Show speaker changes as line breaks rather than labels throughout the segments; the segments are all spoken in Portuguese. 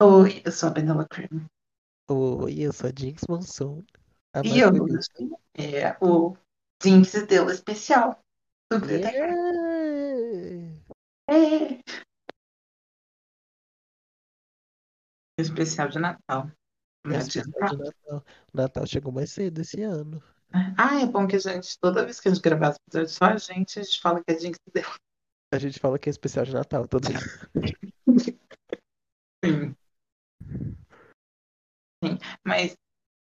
Oi, eu sou a Penela Cream.
Oi, eu sou a Jinx Monsoon, a
E
Tá mais
eu
bonita.
é o Jinx dela especial do Glitter Cream.
Yeah!
É. Especial de Natal.
É o
Não
especial de
adianta.
Natal. O Natal chegou mais cedo esse ano.
Ah, é bom que a gente, toda vez que a gente gravar esse episódio, só a gente, a gente fala que é a Jinx dela.
A gente fala que é especial de Natal todo ano.
Sim, sim. Mas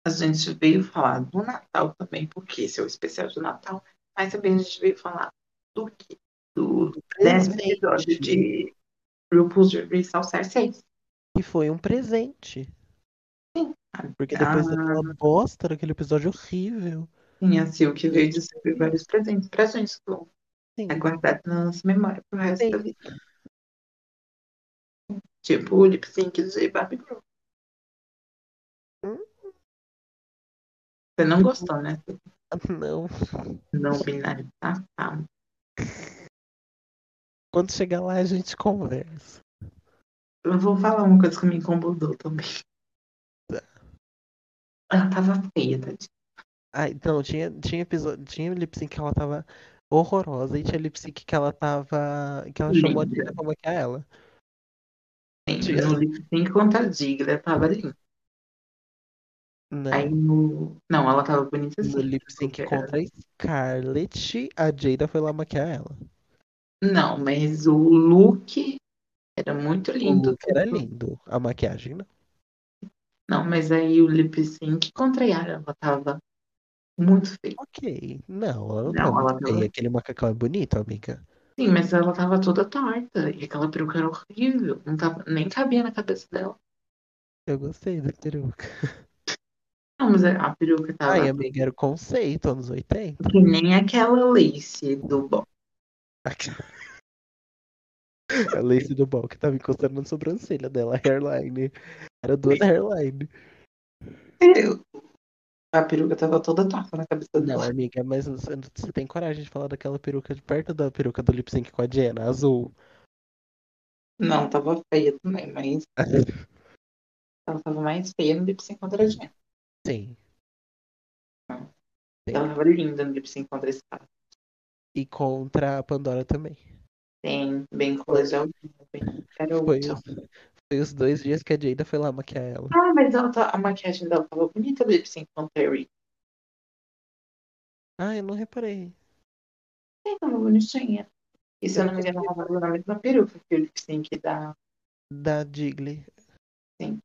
a gente veio falar do Natal também, porque esse é o especial de Natal. Mas também a gente veio falar do quê? Do
Do
décimo
é
episódio
presente,
de RuPaul's Drag Race All Stars 6.
que foi um presente.
Sim.
Porque depois daquela
Ah,
bosta, daquele episódio horrível,
Sim, a Sil que
eu
veio distribuir vários presentes pra gente, que vão estar
sim,
guardados na nossa memória pro resto da
sim.
vida. Tipo o lip sync de Barbie Girl.
Hum,
Você não gostou, né?
Não.
Não binário. Tá, tá.
Quando chegar lá, a gente conversa.
Eu vou falar uma coisa que me incomodou também. Ela tava feia, tadinha.
Ai, não, tinha, tinha episódio, tinha lip sync que ela tava horrorosa e tinha lip sync que ela tava, que ela chamou a
Linda.
Dina pra maquiar é ela.
Sim,
Tinha,
no lip sync contra a Digla, ela tava linda. Aí É.
não,
no. Não, ela tava bonita
no
assim.
lip sync
Desculpa.
contra a Scarlett, a Jada foi lá maquiar ela.
Não, mas o look era muito
O
lindo.
look era
tudo.
lindo, a maquiagem não.
Não, mas aí o lip sync contra a Yara, ela tava muito feia.
Ok, não, ela não tava
Não,
muito
ela
feia.
tava.
Aquele macacão é bonito, amiga.
Sim, mas ela tava toda torta. E aquela peruca era horrível. Não tava, nem cabia na cabeça dela.
Eu gostei da peruca.
Não, mas a peruca
Ai,
tava
amiga, era o conceito, anos 80.
que nem aquela lace do Bob.
A Lacey do Ball que tava encostando na sobrancelha dela, a hairline. Era duas hairline.
Eu- A peruca tava toda torta na cabeça
Não,
dela.
amiga, mas você você tem coragem de falar daquela peruca de perto da peruca do lip sync com a Jenna, azul.
Não, tava feia também, mas ela tava mais feia no Lip Sync contra a gente.
Sim,
Não. Ela
sim.
tava linda no Lip Sync contra esse cara.
E contra a Pandora também.
Bem, bem
Foi,
colegial, bem
foi,
garota.
os, foi os dois dias que a Jada foi lá maquiar ela.
Ah, mas ela tá- a maquiagem dela tava bonita no Lip Sync contra a Rick.
Ah, eu não reparei.
Sim, tava bonitinha. E se
Eu
eu
não
não me engano,
consegui
ela
ver.
tava na mesma peruca que o Lip Sync da.
Da Digley.
Sim,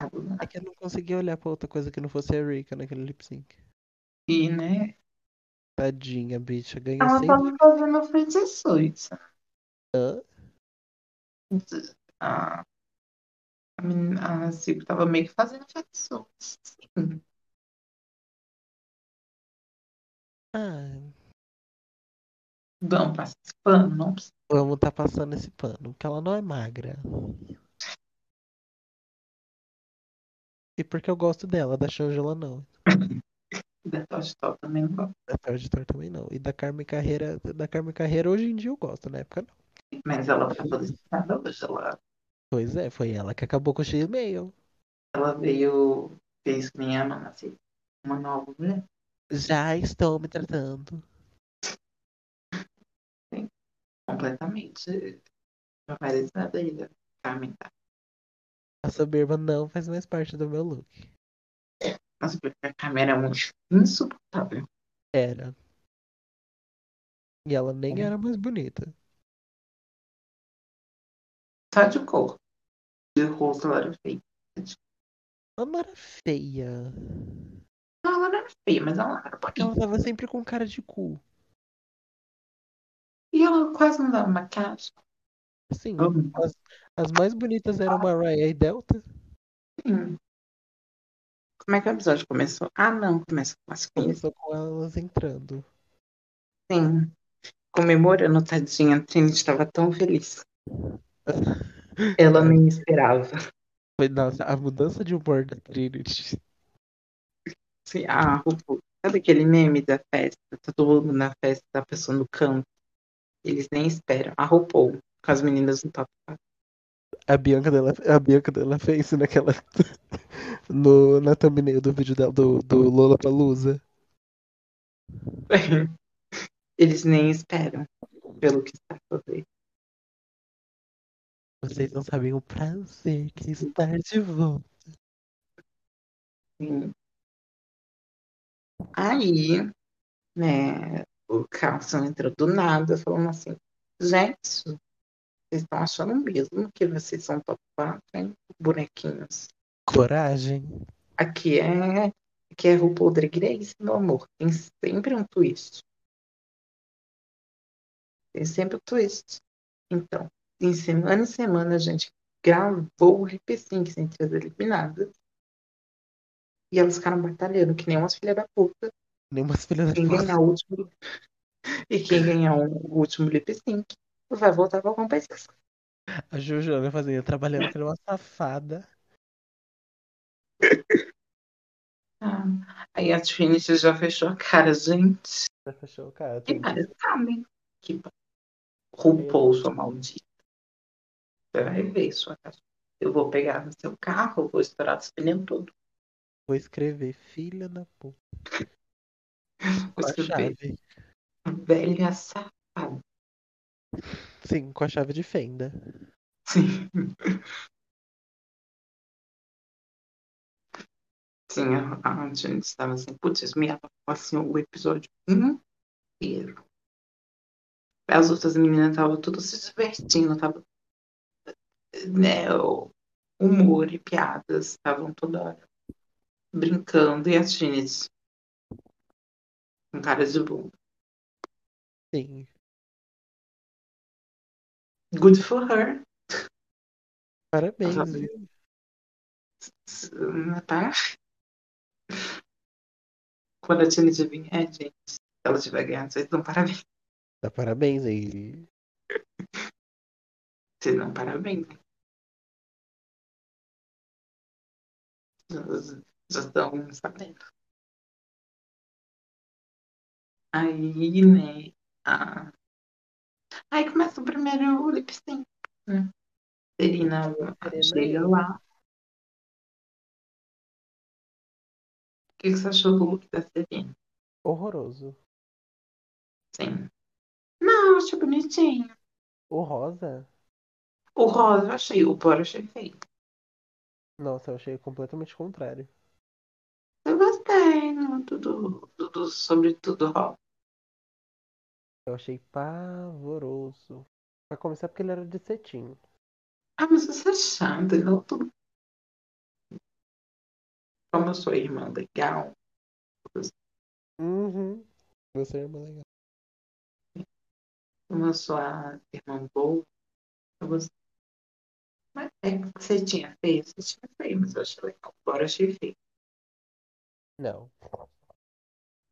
tava
É que eu não conseguia olhar pra outra coisa que não fosse a Rika naquele lip sync.
E, né? assim?
Tadinha, bicha. Ganhou
Ela tá
seis.
tava fazendo feitiços.
Hã?
A, a, menina- a Silvia tava meio que fazendo feitiços. Sim.
Ah,
Não, participando, não precisa.
vamos tá passando esse pano, porque ela não é magra. E porque eu gosto dela, da Shangela não.
Da Tosh Talk também não gosto.
Da Tarde Thor também não. E da Carmen Carreira, da Carmen Carreira hoje em dia eu gosto, na época não.
Mas ela foi publicitada hoje. Ela,
Pois é, foi ela que acabou com o Gmail.
ela veio, fez minha ama nascer uma nova mulher.
Já estou me tratando.
Sim, completamente aparecida ainda. Carmen tá.
A soberba não faz mais parte do meu look.
Nossa, porque a Carmen era muito insuportável.
Era. E ela nem era mais bonita.
Só de cor. De rosto ela era feia.
Ela não era feia.
Não, ela não era feia, mas ela era
É que ela
bonita.
tava sempre com cara de cu.
E ela quase não dava maquiagem.
Sim.
Amo.
As, as mais bonitas eram Mariah e Delta.
Sim. Hum. Como é que o episódio começou? Ah, não, começa com as Queens.
Começou com elas entrando.
Sim, comemorando, tadinha. A Trinity estava tão feliz. Ela
Ai,
nem esperava.
foi, nossa, a mudança de humor da Trinity.
Sim, a RuPaul. Sabe aquele meme da festa? Tá todo mundo na festa, a pessoa no canto. Eles nem esperam. A RuPaul, com as meninas no top quatro.
A Bianca dela, a Bianca dela fez naquela. No, na thumbnail do vídeo dela, do, do Lola Palusa.
Eles nem esperam pelo que tá está por vir.
Vocês não sabem o prazer que está de volta.
Sim. Aí, né, o Carlson entrou do nada falando assim, gente, vocês estão achando mesmo que vocês são top 4, hein? Bonequinhos.
Coragem.
Aqui é, aqui é RuPaul Drag Race, meu amor. Tem sempre um twist. Tem sempre um twist. Então, em semana em semana a gente gravou o RP5 sem as eliminadas. E elas ficaram batalhando, que nem umas filhas da puta.
Nenhuma filha da
Quem ganhar o último. E quem ganhar o último lip sync vai voltar pra competição.
A Jojana fazendo, trabalhando com uma safada.
Ah, Aí a Trinity já fechou a cara, gente.
Já fechou o cara.
Que cara, sabem? Que ba- RuPaul, sua maldita. Você vai ver sua casa. Eu vou pegar no seu carro, vou estourar os pneus todo.
Vou escrever, filha da puta.
Vou
Com a
escrever
chave.
velha safada.
Sim, com a chave de fenda.
Sim. Sim, a, a gente estava assim, putz, esmiava assim, o episódio inteiro. As outras meninas estavam tudo se divertindo, tava, né, o humor e piadas, estavam toda hora brincando, e as Tines com cara de bom.
Sim.
Good for her.
Parabéns.
Nossa,
viu?
assim, S- Tá? Quando a Tines vir, é, gente, se ela tiver ganhado, vocês dão parabéns.
Dá parabéns aí.
Vocês dão parabéns, né? Já- Já um estão sabendo. Aí, né? a- Aí começa o primeiro lip sync. né? Serena
Serena
chega lá. O que que você achou do look da Serena?
Horroroso.
Sim. Não, eu achei bonitinho.
O rosa?
O rosa eu achei, o poro eu achei feio.
Nossa, eu achei completamente contrário.
Eu gostei, né? Tudo, tudo, sobretudo rosa.
Eu achei pavoroso. Pra começar, porque ele era de cetim.
Ah, mas você é chata, não tudo. Como eu sou irmã legal,
Uhum. Você é irmã legal.
como eu sou a irmã boa, eu gostei. Mas é que você tinha feio, você tinha feio, mas eu achei legal. O poro eu achei feio.
Não.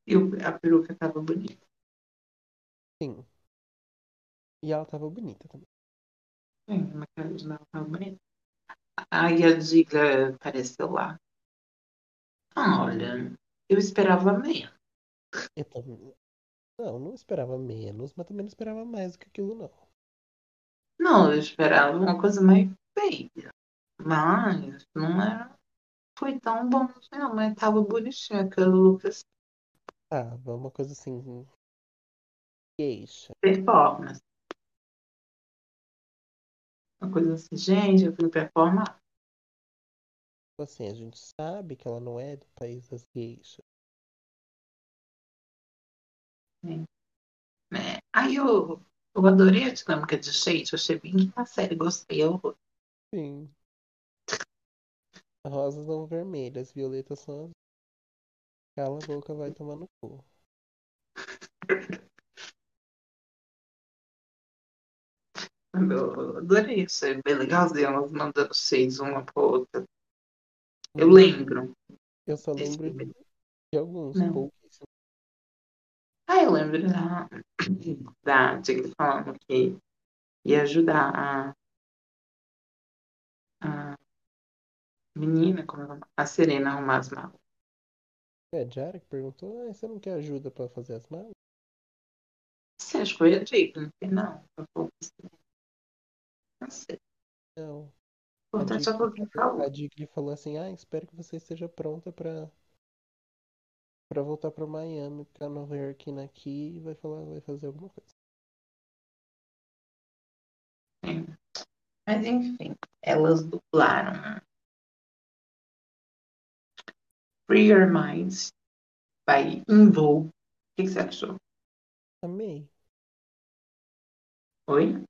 E o- a peruca tava bonita.
Sim. E ela tava bonita também.
É, A maquiagem dela tava bonita. Aí a Digla apareceu lá. Ah, Olha, eu esperava menos.
Eu também. Não, não esperava menos, mas também não esperava mais do que aquilo, não.
Não, eu esperava uma coisa mais feia. Mas não era. Foi tão bom, não, mas tava bonitinho aquele look assim,
Tava Ah, uma coisa assim. Queixa.
performance. Uma coisa assim, gente, eu fui no performance.
Assim, a gente sabe que ela não é do país das queixas.
Né? Aí eu, eu adorei a dinâmica de gente, eu achei bem que tá sério, gostei. Eu,
Sim. As rosas são vermelhas, as violetas são azuis. Cala a boca, vai tomar no cu.
eu adorei, achei bem legalzinho, elas mandando shades uma pra outra. Eu lembro.
Eu só
desse
lembro
primeiro.
de alguns,
Não.
pouquíssimos.
Ah, eu lembro da, da Tigre falando que ia ajudar a, a menina, como é o nome? a Serena a arrumar as malas.
É, Jara que perguntou, ah, você não quer ajuda pra fazer as malas?
Você acha que eu ia dizer? Não sei, não. Eu vou- Não sei.
Não.
Importante só que alguém falou.
A Digli falou assim, ah, espero que você esteja pronta pra, pra voltar pra Miami, porque a Nova Yorkina aqui e vai falar, vai fazer alguma coisa.
Mas enfim, elas dublaram Free Your Mind by Invo. O que que você achou?
Amei.
Oi?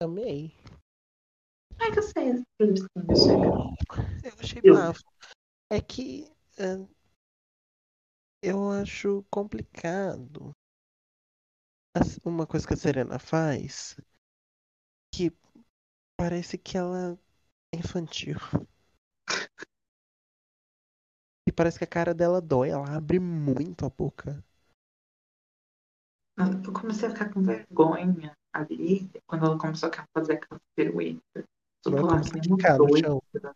Amei.
Ai, que eu sei. esse filme que me chega.
Eu achei
Eu-
bafo. É que é, eu acho complicado as- uma coisa que a Serena faz que parece que ela é infantil. E parece que a cara dela dói, ela abre muito a boca.
Eu comecei a ficar com vergonha ali quando ela começou a fazer aquela pirueta. Sobre
Ela tá
lá,
começa a
que nem
é ficar no
doida.
chão.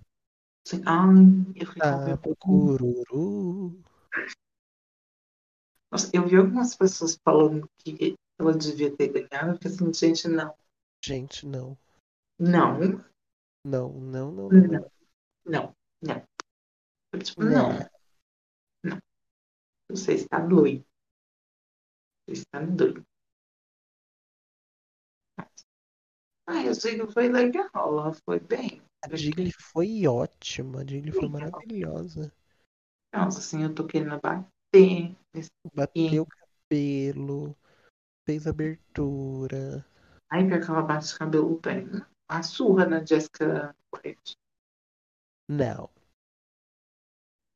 Assim, ai, eu fiquei com
Tá,
vergonha.
cururu.
Nossa, eu vi algumas pessoas falando que ela devia ter ganhado. Eu fiquei assim, gente, não.
Gente, não.
Não,
Não, não, não, não.
não, não, não. Eu, tipo,
Não.
não, não. Você está doido. Você está doido. Ah, eu sei que foi legal. Ela foi bem.
A Digli foi ótima, a Digli foi maravilhosa.
Nossa, assim, eu tô querendo bater.
Bateu o cabelo, fez abertura.
Ai, pior que ela bate o cabelo bem. A surra na Jessica Rabbit.
Não,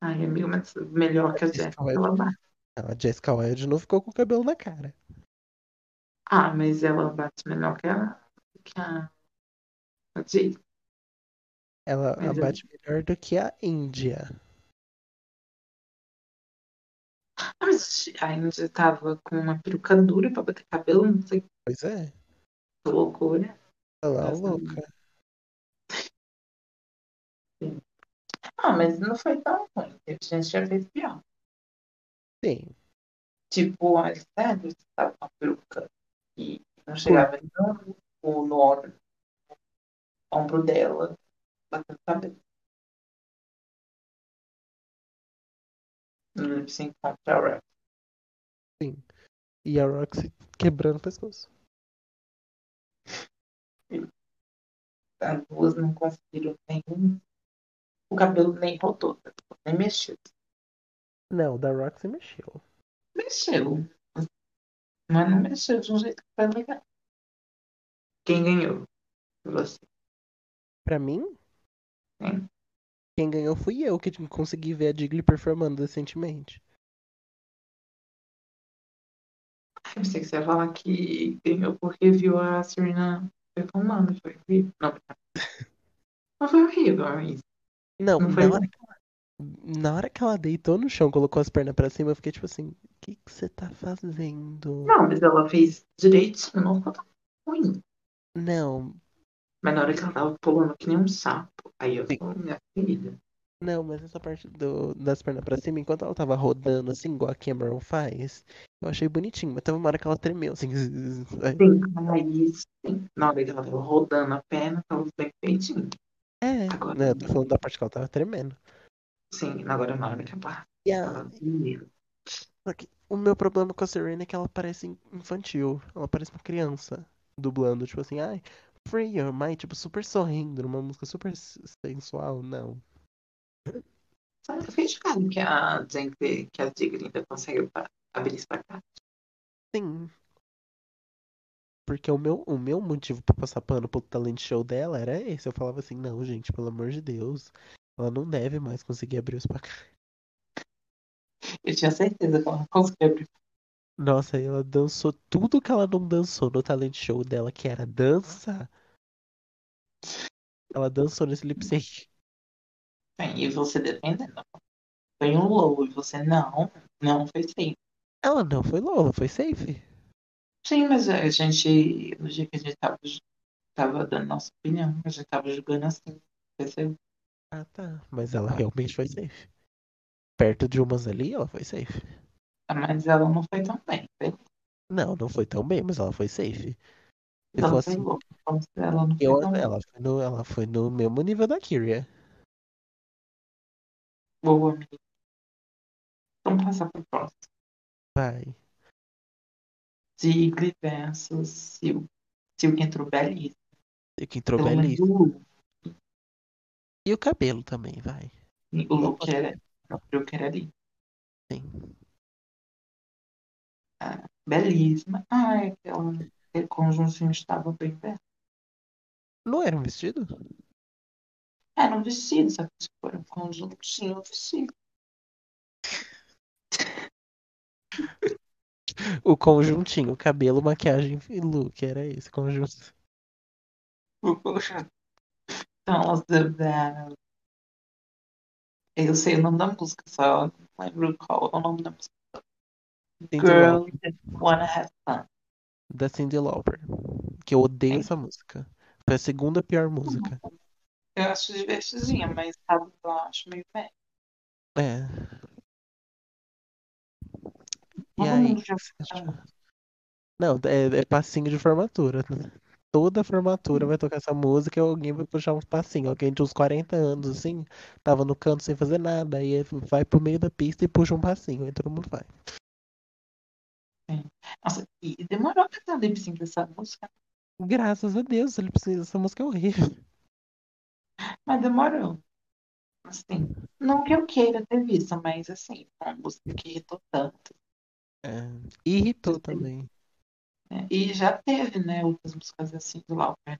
Ai, amigo, mas melhor que a Jessica ela bate.
não, a Jessica Wilde não ficou com o cabelo na cara.
Ah, mas ela bate melhor que a. Que a... a Jay.
Ela
Mas eu-
abate melhor do que a Índia.
Ah, mas a Índia tava com uma peruca dura pra bater cabelo, não sei
Pois é,
que loucura.
ela é
Essa
louca.
Ah, mas não foi tão ruim. Teve gente que já fez pior.
Sim,
Tipo, a Alessandra tava com uma peruca e não chegava nem no, no, no ombro, no ombro dela, batendo cabelo. Não lembro se encontra a Rap.
e a Roxy quebrando o pescoço.
As duas não conseguiram nem. O cabelo nem rodou, nem mexeu.
Não, da Roxy mexeu.
Mexeu. Mas não mexeu de um jeito que foi legal. Quem ganhou? Você.
Pra mim,
Sim.
quem ganhou fui eu que consegui ver a Digli performando recentemente.
Eu pensei que você ia falar que ganhou porque viu a Serena performando. Foi horrível. Não, brincadeira. Mas foi horrível, amigo.
Não,
Não foi
na hora, que ela, na hora que ela deitou no chão, colocou as pernas pra cima, eu fiquei tipo assim, o que que você tá fazendo?
Não, mas ela fez direitinho, não ficou tão ruim.
Não,
Mas na hora que ela tava pulando que nem um sapo, aí eu
Sim.
falei, minha filha.
não, mas essa parte do, das pernas pra cima, enquanto ela tava rodando assim, igual a Cameron faz, eu achei bonitinho, mas teve uma hora que ela tremeu, assim. aí-
Sim, aí sim. Na hora que ela tava rodando a perna, tava bem feitinho.
É,
Agora-
né, eu tô falando da parte que ela tava tremendo.
Sim, agora na hora que ela
E a-
tava primeiro.
o meu problema com a Serena é que ela parece in- infantil, ela parece uma criança dublando, tipo assim, ai, Free Your Mind, tipo, super sorrindo, numa música super s- sensual, não.
Sabe, eu fiquei chocado que a gente, que a Digna ainda consegue pa- abrir isso pra cá.
Sim. Porque o meu, o meu motivo pra passar pano pro talent show dela era esse. Eu falava assim, não, gente, pelo amor de Deus. Ela não deve mais conseguir abrir os placar.
Eu tinha certeza que ela conseguia abrir.
Nossa, e ela dançou tudo que ela não dançou no talent show dela, que era dança. Ela dançou nesse lip sync.
Bem, e você defendendo. Foi um low, e você não, não foi sim.
Ela não foi Lola, foi safe.
Sim, mas a gente, no dia que a gente tava, ju- tava dando nossa opinião, a gente tava julgando assim. Percebeu?
Ah, tá. Mas ela realmente foi safe. Perto de umas ali, ela foi safe.
Ah, Mas ela não foi tão bem. né?
Não, não foi tão bem, mas ela foi safe. Eu
ela
falo
tá
assim,
louca. Vamos ver Ela não
eu-
foi tão
ela, foi no, ela foi no mesmo nível da é. Kyria.
boa, menina. Vamos passar pro próximo.
Vai.
Ziggler versus Sil. Sil que entrou belíssima.
E Que entrou
Pelo menos
belíssimo.
o look.
E o cabelo também, vai.
O look era, o look era ali.
Sim.
Belíssima. Ah, é Ai, aquela, aquele conjuntinho estava bem perto.
Não era um vestido?
Era um vestido, só que tipo, era um conjuntinho um vestido.
O conjuntinho, cabelo, maquiagem e look, era esse conjunto.
Então, elas da... Eu sei o nome da música, só não lembro qual é o nome da música.
Cindy Lau-
Girl, you just wanna have fun.
da Cindy Lauper. Que eu odeio
Sim.
essa música. Foi a segunda pior música.
Eu acho divertidinha, mas sabe, eu acho meio bem.
É. E
Todo
aí,
mundo
que
já
você acha? É tipo, Não, é, é passinho de formatura. né? Toda formatura vai tocar essa música e alguém vai puxar uns passinhos. Alguém de uns 40 anos, assim, tava no canto sem fazer nada. Aí vai pro meio da pista e puxa um passinho. Aí todo mundo vai.
Nossa, e e demorou pra ter lip sync essa música,
Graças a Deus, ele precisa. Essa música é horrível.
mas demorou. Assim, não que eu queira ter visto, mas assim, foi uma música que irritou tanto.
É. E irritou também.
né? E já teve, né, outras músicas assim do Lauper.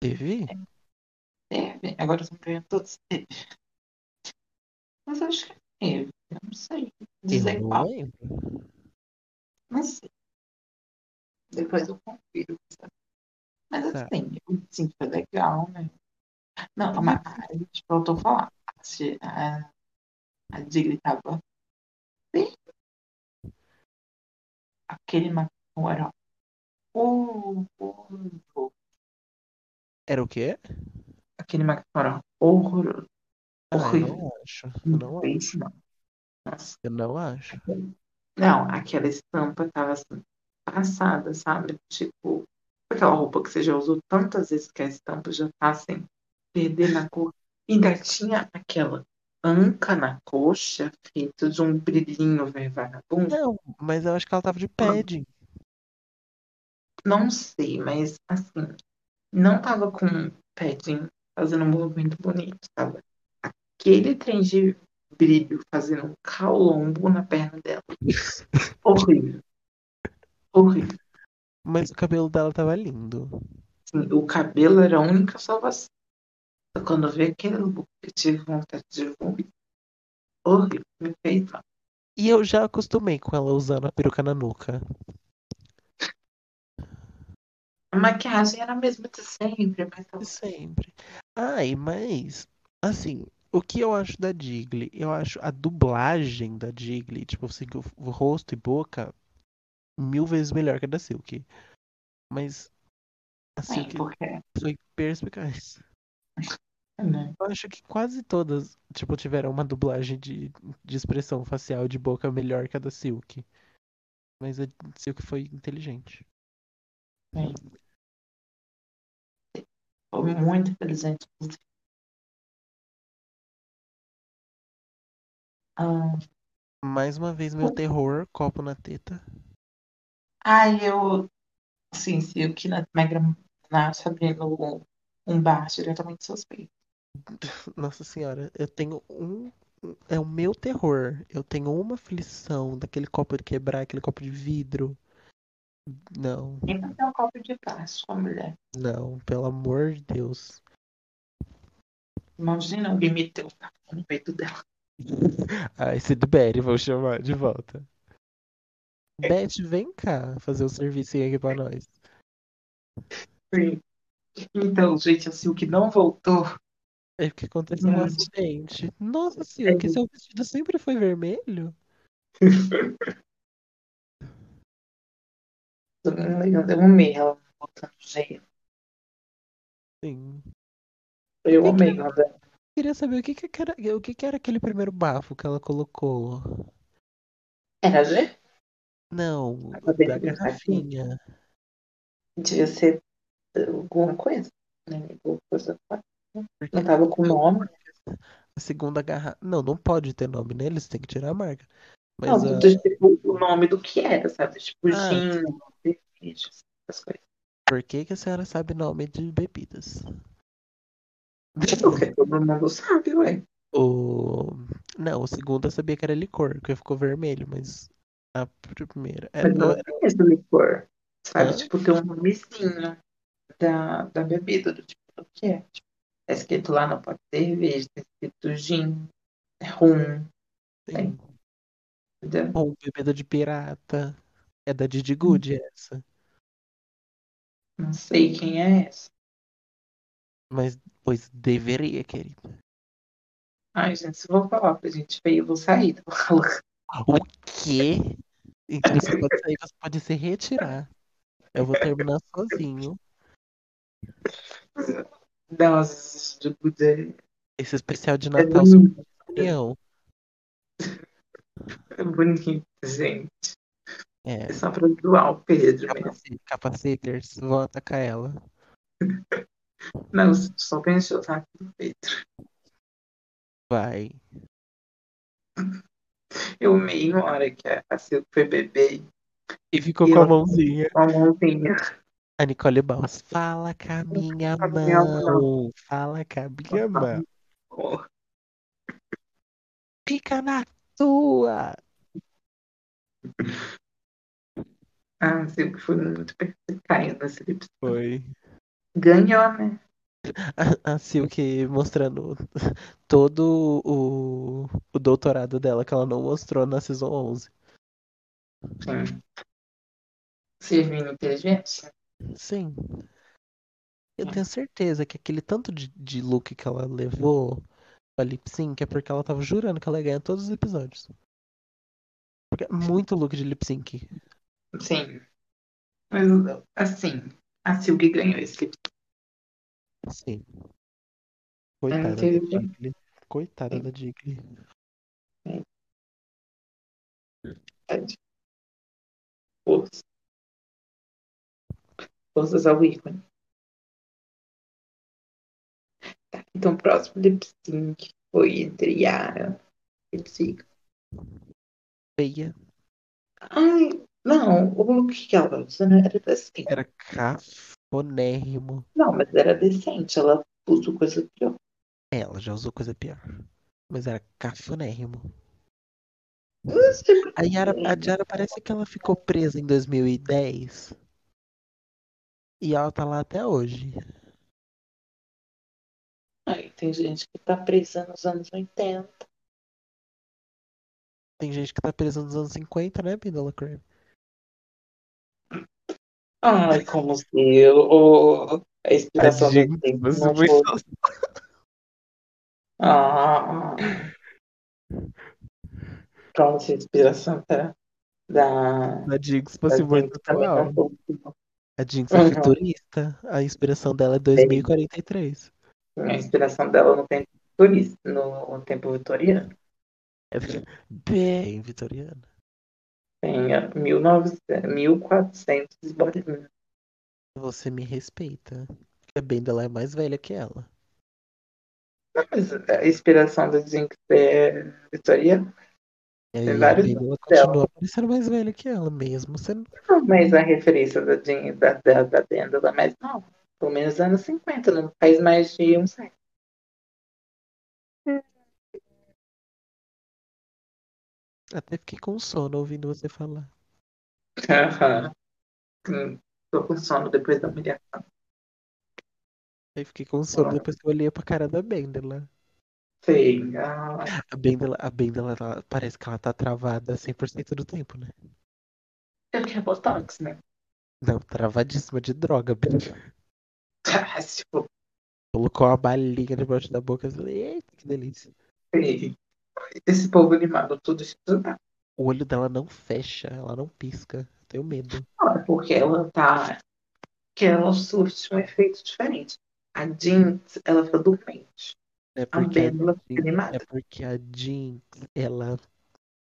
Teve?
Teve, É, agora eu tô ganhando todos. Teve. Mas eu acho que teve, eu não sei dizer
Eu não
qual,
lembro.
não sei. Depois eu confiro. sabe? Mas
Tá.
assim, o lip sync foi legal, né? Não, mas a gente voltou a falar. Se a, a Digli tava bem. Aquele macarrão era horroroso.
Era o quê?
Aquele macarrão era horroroso.
Ah, eu
Horrível.
não acho. Eu não acho.
Fez, não. Nossa.
Eu não acho.
Não, aquela estampa tava assim, passada, sabe? Tipo, aquela roupa que você já usou tantas vezes que a estampa já tá assim, perdendo a cor. Ainda tinha aquela anca na coxa, feito de um brilhinho, velho, vagabundo.
Não, mas eu acho que ela tava de padding.
Não sei, mas assim, não tava com um padding fazendo um movimento bonito, tava aquele trem de brilho fazendo um calombo na perna dela. Horrível. Horrível.
Mas o cabelo dela tava lindo.
Assim, o cabelo era a única salvação. Quando eu vi aquele look, eu um tive vontade de vomitar. Horrível, me fez mal.
E eu já acostumei com ela usando a peruca na nuca.
A maquiagem era a mesma de sempre, mas eu-
Sempre. Ai, mas, assim, o que eu acho da Diggle? Eu acho a dublagem da Diggle, tipo assim, que o o rosto e boca, mil vezes melhor que a da Silk. Mas a
é,
Silk
porque,
foi perspicaz.
né?
Eu acho que quase todas, tipo, tiveram uma dublagem de, de expressão facial e de boca melhor que a da Silk. Mas a Silk foi inteligente.
Foi muito inteligente. Ah,
Mais uma vez, meu terror, copo na teta.
Ai, eu. Sim, sim, o que na Megan Nash abrindo um, um bar diretamente suspeito.
Nossa senhora, eu tenho um. um- É o meu terror. Eu tenho uma aflição daquele copo de quebrar, aquele copo de vidro. Não,
E não tem um copo de plástico, a mulher.
não, pelo amor de Deus.
Imagina alguém meter o tapa no peito dela.
Ai, Sid Berry, vou chamar de volta. Beth, vem cá fazer um servicinho aqui pra nós.
Sim. Então, gente, assim, o que não voltou.
É porque aconteceu um
Não.
acidente. Nossa senhora, que seu vestido sempre foi vermelho?
Eu amei ela voltando do jeito.
Sim.
Eu
É Que que-
amei ela.
Queria saber o que que era, o que que era aquele primeiro bafo que ela colocou.
Era, gente?
Não,
Acabei
da
de pensar aqui.
garrafinha.
Devia ser alguma coisa. Né? Alguma coisa. Não tava com nome.
A segunda garrafa. Não, não pode ter nome, né? Eles têm que tirar a marca.
Não,
Mas ah, a-
do tipo, o nome do que era, sabe? Tipo,
Ah.
gin, cerveja, essas coisas.
por que, que a senhora sabe nome de bebidas?
Porque todo mundo sabe, ué.
O... Não, o segundo eu sabia que era licor, porque ficou vermelho, mas a primeira. É,
Mas
não,
não tem esse licor. Sabe?
Hã?
Tipo, tem um nomezinho da, da bebida, do tipo, do que é. Tipo, tá escrito lá no pote de cerveja, tá escrito gin, é rum,
assim,
entendeu?
Ou bebida de pirata. É da Didi
Hum.
Good essa.
Não sei quem é essa.
Mas, pois deveria, querido.
Ai, gente, se eu vou falar pra gente feia, eu vou sair. Vou falar.
O quê? Então você pode sair, você pode se retirar. Eu vou terminar sozinho.
Não, às vezes, tipo, de-
Esse especial de
é
Natal sobre
bonito,
união.
é bonito, gente.
É,
É só pra doar o Pedro mesmo.
capacete, capaceters, vão atacar ela.
Não, só pra encher o saco do Pedro.
Vai.
Eu meio na hora que a Silvia foi beber
E ficou
E
com a
ela-
mãozinha.
com a mãozinha.
A Nicole Baus. Fala com a minha
Com a minha
mão. Fala com a minha mão.
Ó,
Pica na tua.
A Silvia foi muito perspicaz nesse episódio.
Foi.
Ganhou, né?
A, a Silk mostrando todo o, o doutorado dela que ela não mostrou na Season 11.
Sim. Servindo inteligente.
Sim. Eu
É.
tenho certeza que aquele tanto de, de look que ela levou pra lip sync é porque ela tava jurando que ela ia ganhar todos os episódios. Porque é muito look de lip sync.
Sim. Mas, assim, a Silvia ganhou esse tipo
Sim.
É,
Coitada
não
da
teve jeito.
Jiggly. Coitada
Sim.
da Jiggly.
episódio. Força. Forças ao ícone. Tá, então, o próximo lip sync foi entre Yara e Psy.
Feia.
Ai, não, o look que ela tava usando era decente.
Era cafonérrimo.
Não, mas era decente. Ela usou coisa pior.
Ela já usou coisa pior. Mas era cafonérrimo.
Eu sempre
A Yara, a Yara parece que ela ficou presa em 2010. E ela tá lá até hoje.
Ai, tem gente que tá presa nos anos 80.
Tem gente que tá presa nos anos 50, né, Bindola Crab?
Ai, como se eu, o- a
É
inspiração da
Tadinho,
gente
você
não
foi
fosse. Ah, como se a inspiração da, da,
A né? Jinx
da
fosse
gente tá
tá
um
muito
também
atual.
não fosse.
A Jinx é
É né? Uhum.
futurista. A inspiração dela é 2043.
A inspiração dela no tempo vitorista, no, no tempo vitoriano.
É bem vitoriana.
Tem é, a 1900, 1400 e bolinha.
Você me respeita. A Bindola é mais velha que ela.
Não, mas a inspiração da Jinx é vitoriana.
E aí,
Tem
a
vários
Bindola
dela.
continua parecendo mais velha que ela, mesmo sendo
Não, mas a referência da, Jin- da, da, da Dendela, mas não. Pelo menos anos 50, não faz mais de um século.
Até fiquei com sono ouvindo você falar.
Hum, Tô com sono depois da mulher.
Aí fiquei com sono
Ah.
depois que eu olhei pra cara da Bendela.
Sei. Ah,
A Bendela, a Bendela ela- parece que ela tá travada 100% do tempo, né?
eu quero botox, né?
Não, travadíssima de droga. Bendela.
Ah, tipo,
Colocou uma balinha debaixo da boca. Eu falei, eita, que delícia.
sei. Esse povo animado tudo estudado.
O olho dela não fecha, ela não pisca. Eu Tenho medo.
Ah, Porque ela tá. Que ela surte um efeito diferente. A Jinx, ela fica dormente.
É
A
porque a,
Bendela fica
Jinx, é
animada.
porque a Jinx, ela,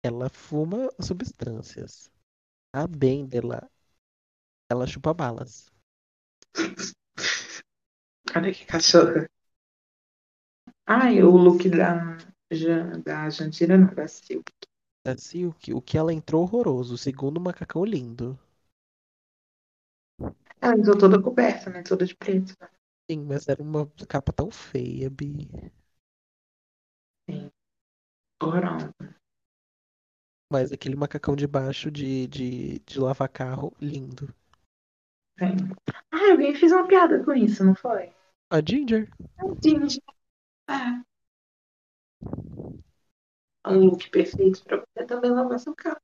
ela fuma Tá substâncias. A Bendela, ela chupa balas.
Olha que cachorra. Ai, o look da, Ja- da Jandira não, da Sil.
Da Silk, Assim, o que ela entrou horroroso, segundo o macacão lindo.
Ela entrou toda coberta, né? Toda de preto.
Sim, mas era uma capa tão feia, Bi.
Horrorosa.
Mas aquele macacão de baixo de, de, de lavar carro, lindo.
Sim. Ah, alguém fez uma piada com isso, não foi?
A Ginger?
Gente, é. Um look perfeito pra você também lavar seu carro.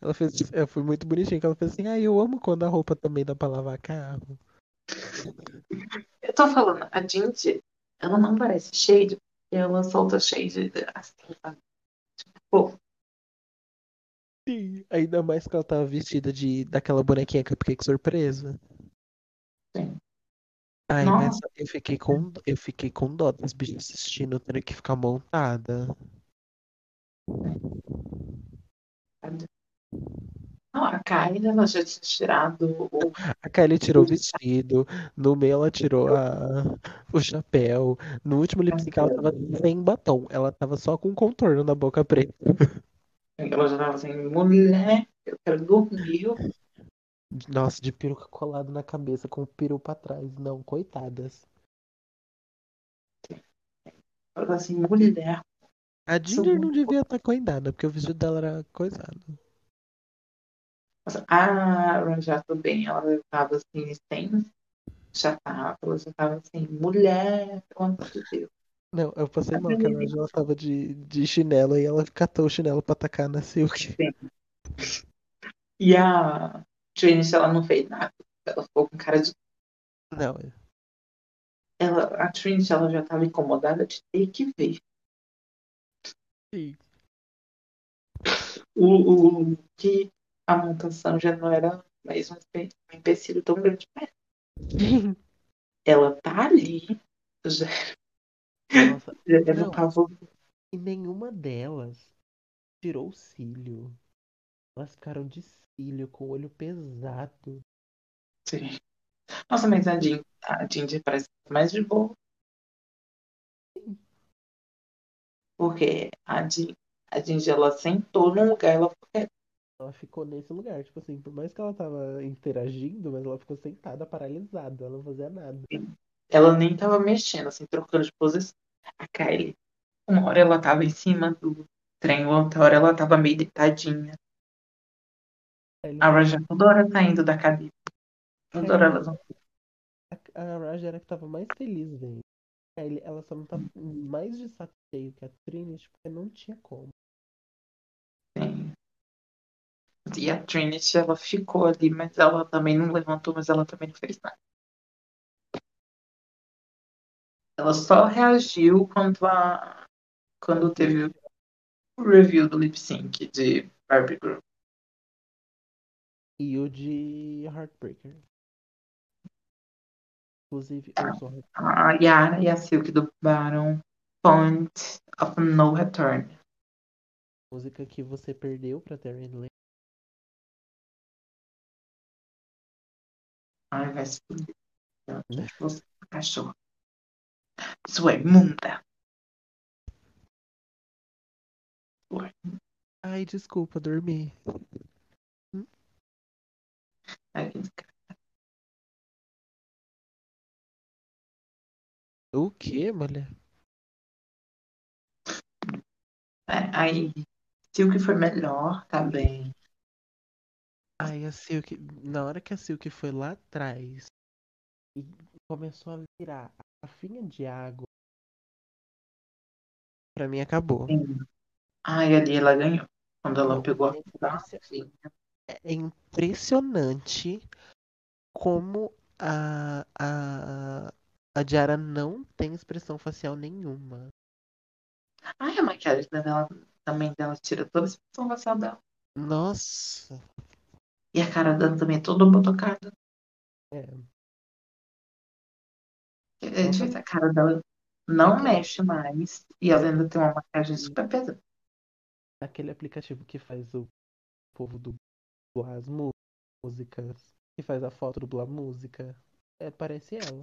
Ela fez. é, Foi muito bonitinho que ela fez assim. Ah, eu amo quando a roupa também dá pra lavar carro.
Eu tô falando, a Jinji, ela não parece shade, porque ela solta shade assim, sabe?
Sim. Ainda mais que ela tava vestida de daquela bonequinha cupcake surpresa.
Sim.
Ai,
Nossa.
mas eu fiquei com, eu fiquei com dó das bichas assistindo, tendo que ficar montada.
Não, a Kylie, ela já tinha tirado o.
A Kylie tirou o vestido, no meio ela tirou a- o chapéu. No último lipstick ela tava sem batom, ela tava só com contorno na boca preta.
Ela já tava assim, mulher, eu quero dormir.
Nossa, de peruca colado na cabeça, com o peru pra trás. Não, coitadas.
Ela tá assim, mulher.
A Ginger não
muito
devia estar coindada, porque o vestido dela era coisado.
Mas A Rajá também, ela tava assim, sem chapéu, ela já tava assim, mulher, pelo amor de Deus.
Não, eu passei
A
mal, que ela,
primeira-
ela tava de, de chinelo e ela catou o chinelo pra atacar na Silk.
E a Trinity, ela não fez nada. Ela ficou com cara de.
Não, é.
Ela, a Trinity, ela já tava incomodada de ter que ver.
sim.
o, o que a montação já não era mais um empe- um empecilho tão grande pra ela. Ela tá ali, já,
Nossa,
já era
Não.
um pavor.
e nenhuma delas tirou o cílio. Elas ficaram de cílio, com o olho pesado.
Nossa, mas a Jin- a Ginger parece mais de boa. Porque a, Jin, a Ginger, ela sentou num lugar, ela ficou quieta.
Ela ficou nesse lugar, tipo assim, por mais que ela tava interagindo, mas ela ficou sentada, paralisada, ela não fazia nada.
ela nem tava mexendo, assim, trocando de posição. A Kylie, uma hora ela tava em cima do trem, outra hora ela tava meio deitadinha.
Kylie-
A Raja toda hora tá indo da cadeira. Toda hora ela
A, a Raja era a que tava mais feliz, velho. Kylie, Ela só não tá mais de saco cheio que a Trinity, porque não tinha como.
Sim. E a Trinity, ela ficou ali, mas ela também não levantou, mas ela também não fez nada. Ela só reagiu quando, a, quando teve o review do lip sync de Barbie Girl.
E o de Heartbreaker. Inclusive, eu sou
A Yara e a Silk dublaram Point of No Return.
a música que você perdeu pra Terry Lane.
Ai, vai se fuder. Você é um cachorro. Sua imunda.
Ai, desculpa, dormi.
Ai, que desgraça.
O quê, mulher?
É, Aí, Silk foi melhor, tá bem.
Ai, a Silk. Na hora que a Silk foi lá atrás e começou a virar a garrafinha de água, pra mim acabou.
Sim. assim, Ai, ali ela ganhou. Quando ela
Não,
pegou a
é
Nossa,
impressionante. É impressionante como a, a, a Diara não tem expressão facial nenhuma.
Ai, a maquiagem dela, também dela tira toda a expressão facial dela.
Nossa.
E a cara dela também é toda botocada.
É.
É, gente, a cara dela não mexe mais. E ela ainda tem uma maquiagem super pesada.
Aquele aplicativo que faz o povo dublar as mu- músicas, que faz a foto dublar música. É, parece ela.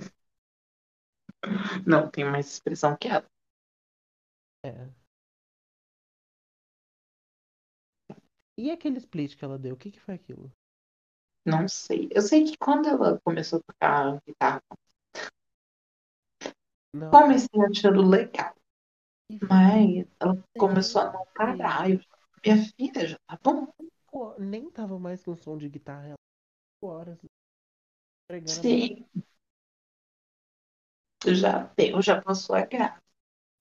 Não, tem mais expressão que ela.
É. E aquele split que ela deu, o que que foi aquilo?
Não sei. Eu sei que quando ela começou a tocar guitarra,
Não,
comecei achando legal.
e
Mas ela
Sim.
começou a não parar. Eu, minha filha, já tá bom.
ficou- nem tava mais com som de guitarra. Ela ficou horas pregando assim. a
Sim. Já deu, já passou a graça.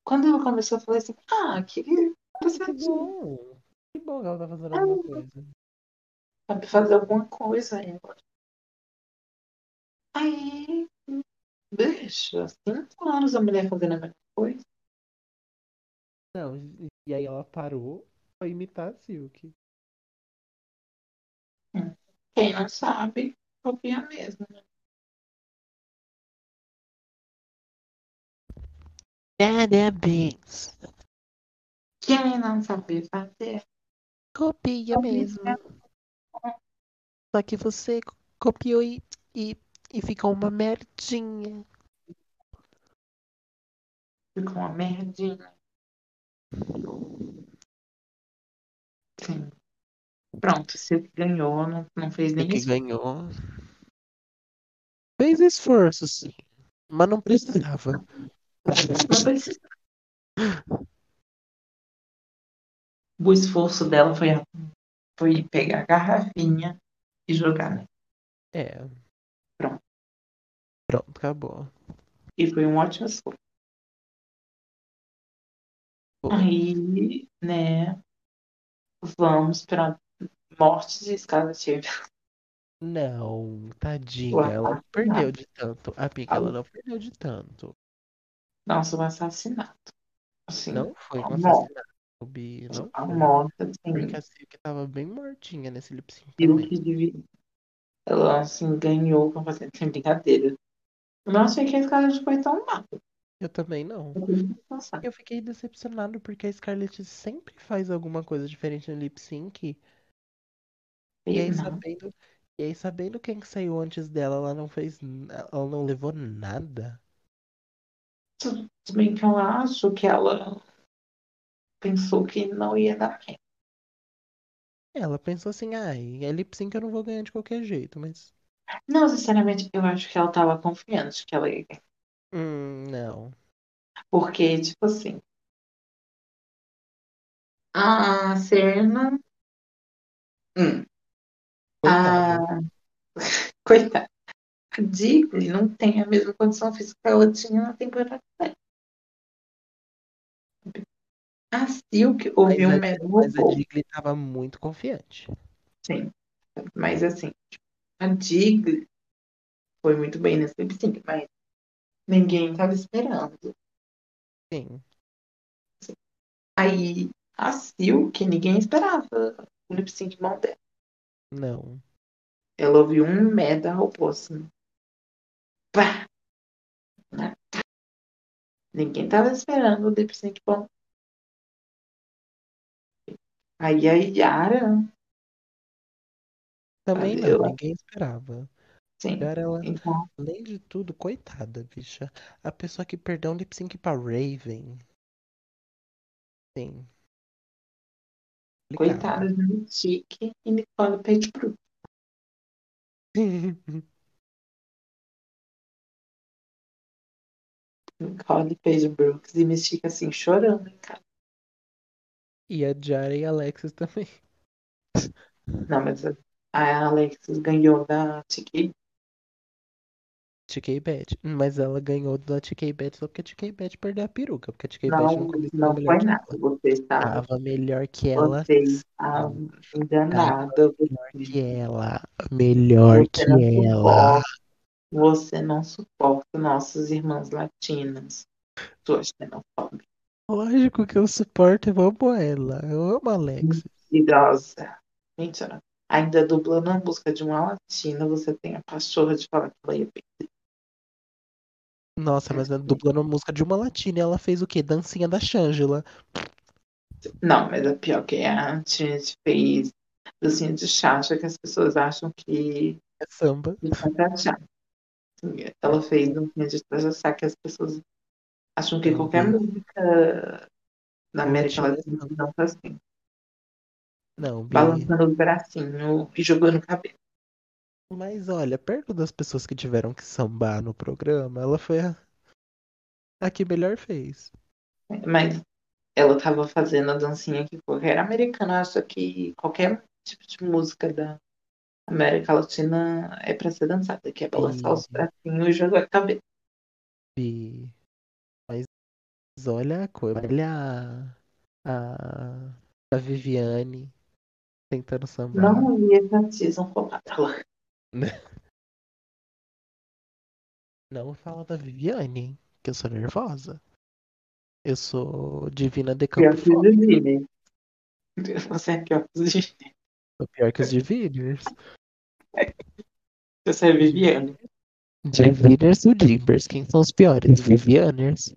Quando ela começou, eu falei assim, ah, que
Que
engraçadinho.
bom! Que bom que ela tá fazendo alguma coisa.
Sabe fazer alguma coisa aí agora. Aí, bicho, cinco anos a mulher fazendo a mesma coisa.
Não, e- e aí ela parou pra imitar a Silk.
Quem não sabe, copia mesmo.
É, né, Parabéns!
Quem não sabe fazer, é
Copia Só que você copiou e, e, e ficou uma merdinha.
ficou uma merdinha. Sim. Pronto, se ele ganhou, não, não fez nem
que
isso.
ganhou. Fez esforço, sim. Mas não precisava.
Não precisa. O esforço dela foi, foi pegar a garrafinha e jogar né? nela.
É.
Pronto.
Pronto, acabou.
E foi um ótimo esforço.
Foi.
Aí, né, vamos para mortes e escala
Não, tadinha,
Ué,
ela não perdeu de tanto. Amiga, ela
Ah.
não perdeu de tanto.
Nossa, um assassinato. Assim,
Não foi
Não.
um assassinato, Bi, não
a
foi.
morte, assim,
Porque a Silk tava bem mortinha nesse lip sync
viu
também.
que devia. Ela, assim, ganhou com fazer sem brincadeira. Eu não achei que a escala foi tão má.
Eu também não.
Eu fui pensar.
Eu fiquei decepcionado porque a Scarlett sempre faz alguma coisa diferente no lip sync. E aí,
Não.
sabendo, e aí, sabendo quem que saiu antes dela, ela não fez. n- Ela não levou nada.
Se bem que eu acho que ela pensou que não ia dar bem.
Ela pensou assim, ai, é lip sync eu não vou ganhar de qualquer jeito, mas.
Não, sinceramente, eu acho que ela tava confiante que ela ia ganhar.
Hum, não.
Porque, tipo assim. A Serena. Hum,
Coitada.
a... Coitada. A Diggle não tem a mesma condição física que ela tinha na temporada dela. A Ah, Silk um ouviu o
Mas a-
mesmo
Mas é a
robô.
Digley tava muito confiante.
Sim.
tipo.
Mas assim, a Dig foi muito bem nesse lip sync, mas ninguém estava esperando.
Sim.
Aí a Sil, que ninguém esperava o lip sync bom dela.
Não.
Ela ouviu um merda robô assim. Pá! Ninguém tava esperando o lip sync bom. Aí a Yara,
Também
Valeu.
não, ninguém esperava.
sim.
Pior ela,
Então,
além de tudo, coitada, bicha. A pessoa que perdeu um lip sync pra Raven. Sim.
coitada de Nitique e Nicole Pettigrew.
Complicado.
Nicole Pettigrew e Mystique assim, chorando em casa.
E a Jara e a Alexis também.
Não, mas a a Alexis ganhou da Tiki.
TK Bet. Mas ela ganhou da TK Bet só porque a TK Bet perdeu a peruca. Porque a TK Bet
Não,
não começou
não
melhor
foi
que
nada.
ela.
Você estava
Tava melhor que ela.
Você está enganada.
Melhor que ela. Melhor que
Você não suporta. Você não
ela.
suporta nossas irmãs latinas. Sua xenofóbica.
Lógico que eu suporto, eu amo ela. Eu amo a Alexis.
Idosa. Mentira. Ainda dublando a música de uma latina, você tem a pachorra de falar que ela ia bem.
Nossa, mas ela dublando a música de uma latina, ela fez o quê? Dancinha da Shangela.
Não, mas a pior que é, a Trinity fez docinho de chacha que as pessoas acham que
É samba.
que canta chá. Ela fez um filme de processar que as pessoas acham que
Eu
qualquer
vi.
música da América
Latina,
Latina não tá assim.
Não, Bia.
Balançando o bracinho e jogando o cabelo.
Mas olha, perto das pessoas que tiveram que sambar no programa, ela foi a, a que melhor fez.
Mas ela tava fazendo a dancinha que qualquer americano acha que qualquer tipo de música da América Latina é pra ser dançada, que é balançar os
Sim.
bracinhos e jogar o cabelo.
Bia. Mas olha a coisa, olha a, a, a Viviane tentando sambar.
Não me enfatizam com a palavra.
Não fala da Viviane, hein, que eu sou nervosa. Eu sou divina de
Pior
campo
que
fora.
os Disney. Você é pior que os Disney.
Sou pior que os diviners.
Você é Viviane.
Diviners ou Jimbers? Quem são os piores? Vivianers.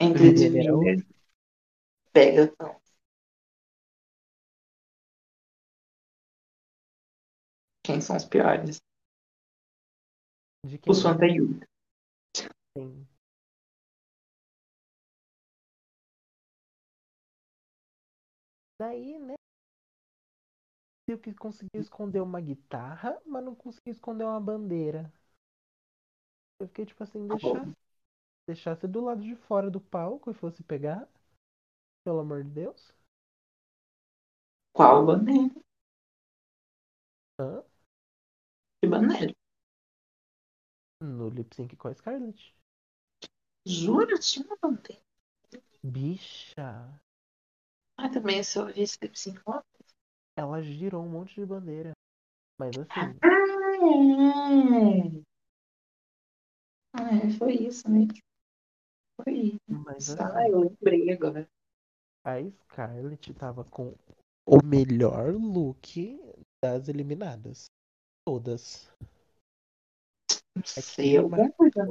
Entre
Viviane era
Disney pega então. não. Quem são os piores?
De quem?
Os fãs da Yuri.
Sim. Daí, né? Viu que conseguiu esconder uma guitarra, mas não conseguiu esconder uma bandeira. Eu fiquei tipo assim, deixasse, deixasse do lado de fora do palco e fosse pegar. Pelo amor de Deus.
Qual bandeira?
Hã?
Que bandeira?
No lip sync com a Scarlett.
Jura? Tinha uma bandeira.
Bicha,
Ah, também eu só vi esse lip sync lá.
ela girou um monte de bandeira. Mas assim,
Ah, é. Ah, é, foi isso mesmo. Foi isso.
mas assim.
Ah, eu lembrei agora.
A Scarlett tava com o melhor look das eliminadas. Todas.
Não
É que
sei,
uma-
alguma coisa.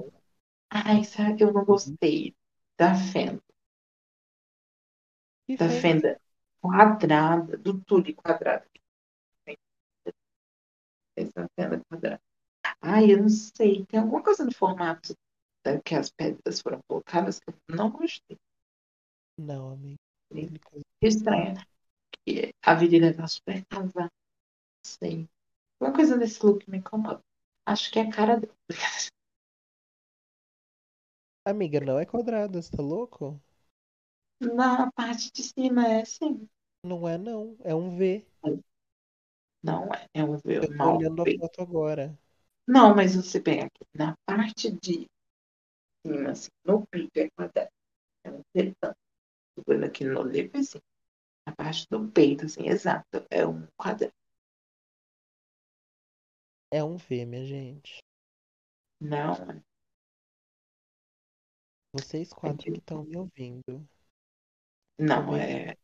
Ai, sabe que eu não gostei da Fenda?
E
Da
fez-
Fenda quadrada, do tule quadrado. Essa Fenda quadrada. Ai, eu não sei. Tem alguma coisa no formato da, que as pedras foram colocadas que eu não gostei.
Não, amigo. Ele coisa-
Que estranho. né? Que a virilha tá super casada. Não sei. Alguma coisa desse look me incomoda. Acho que é a cara dele.
Amiga, não é quadrada, você tá louco?
Na parte de cima é assim.
Não é, não. É um V.
Não é. É um V
Eu tô
mal
olhando a
feito.
foto agora.
Não, mas você pega aqui na parte de cima, assim, no peito é quadrado. É um retângulo. Olhando aqui no livro, assim, na parte do peito, assim, exato, é um quadrado.
É um V, minha gente.
Não,
Vocês quatro que estão me ouvindo.
não, é.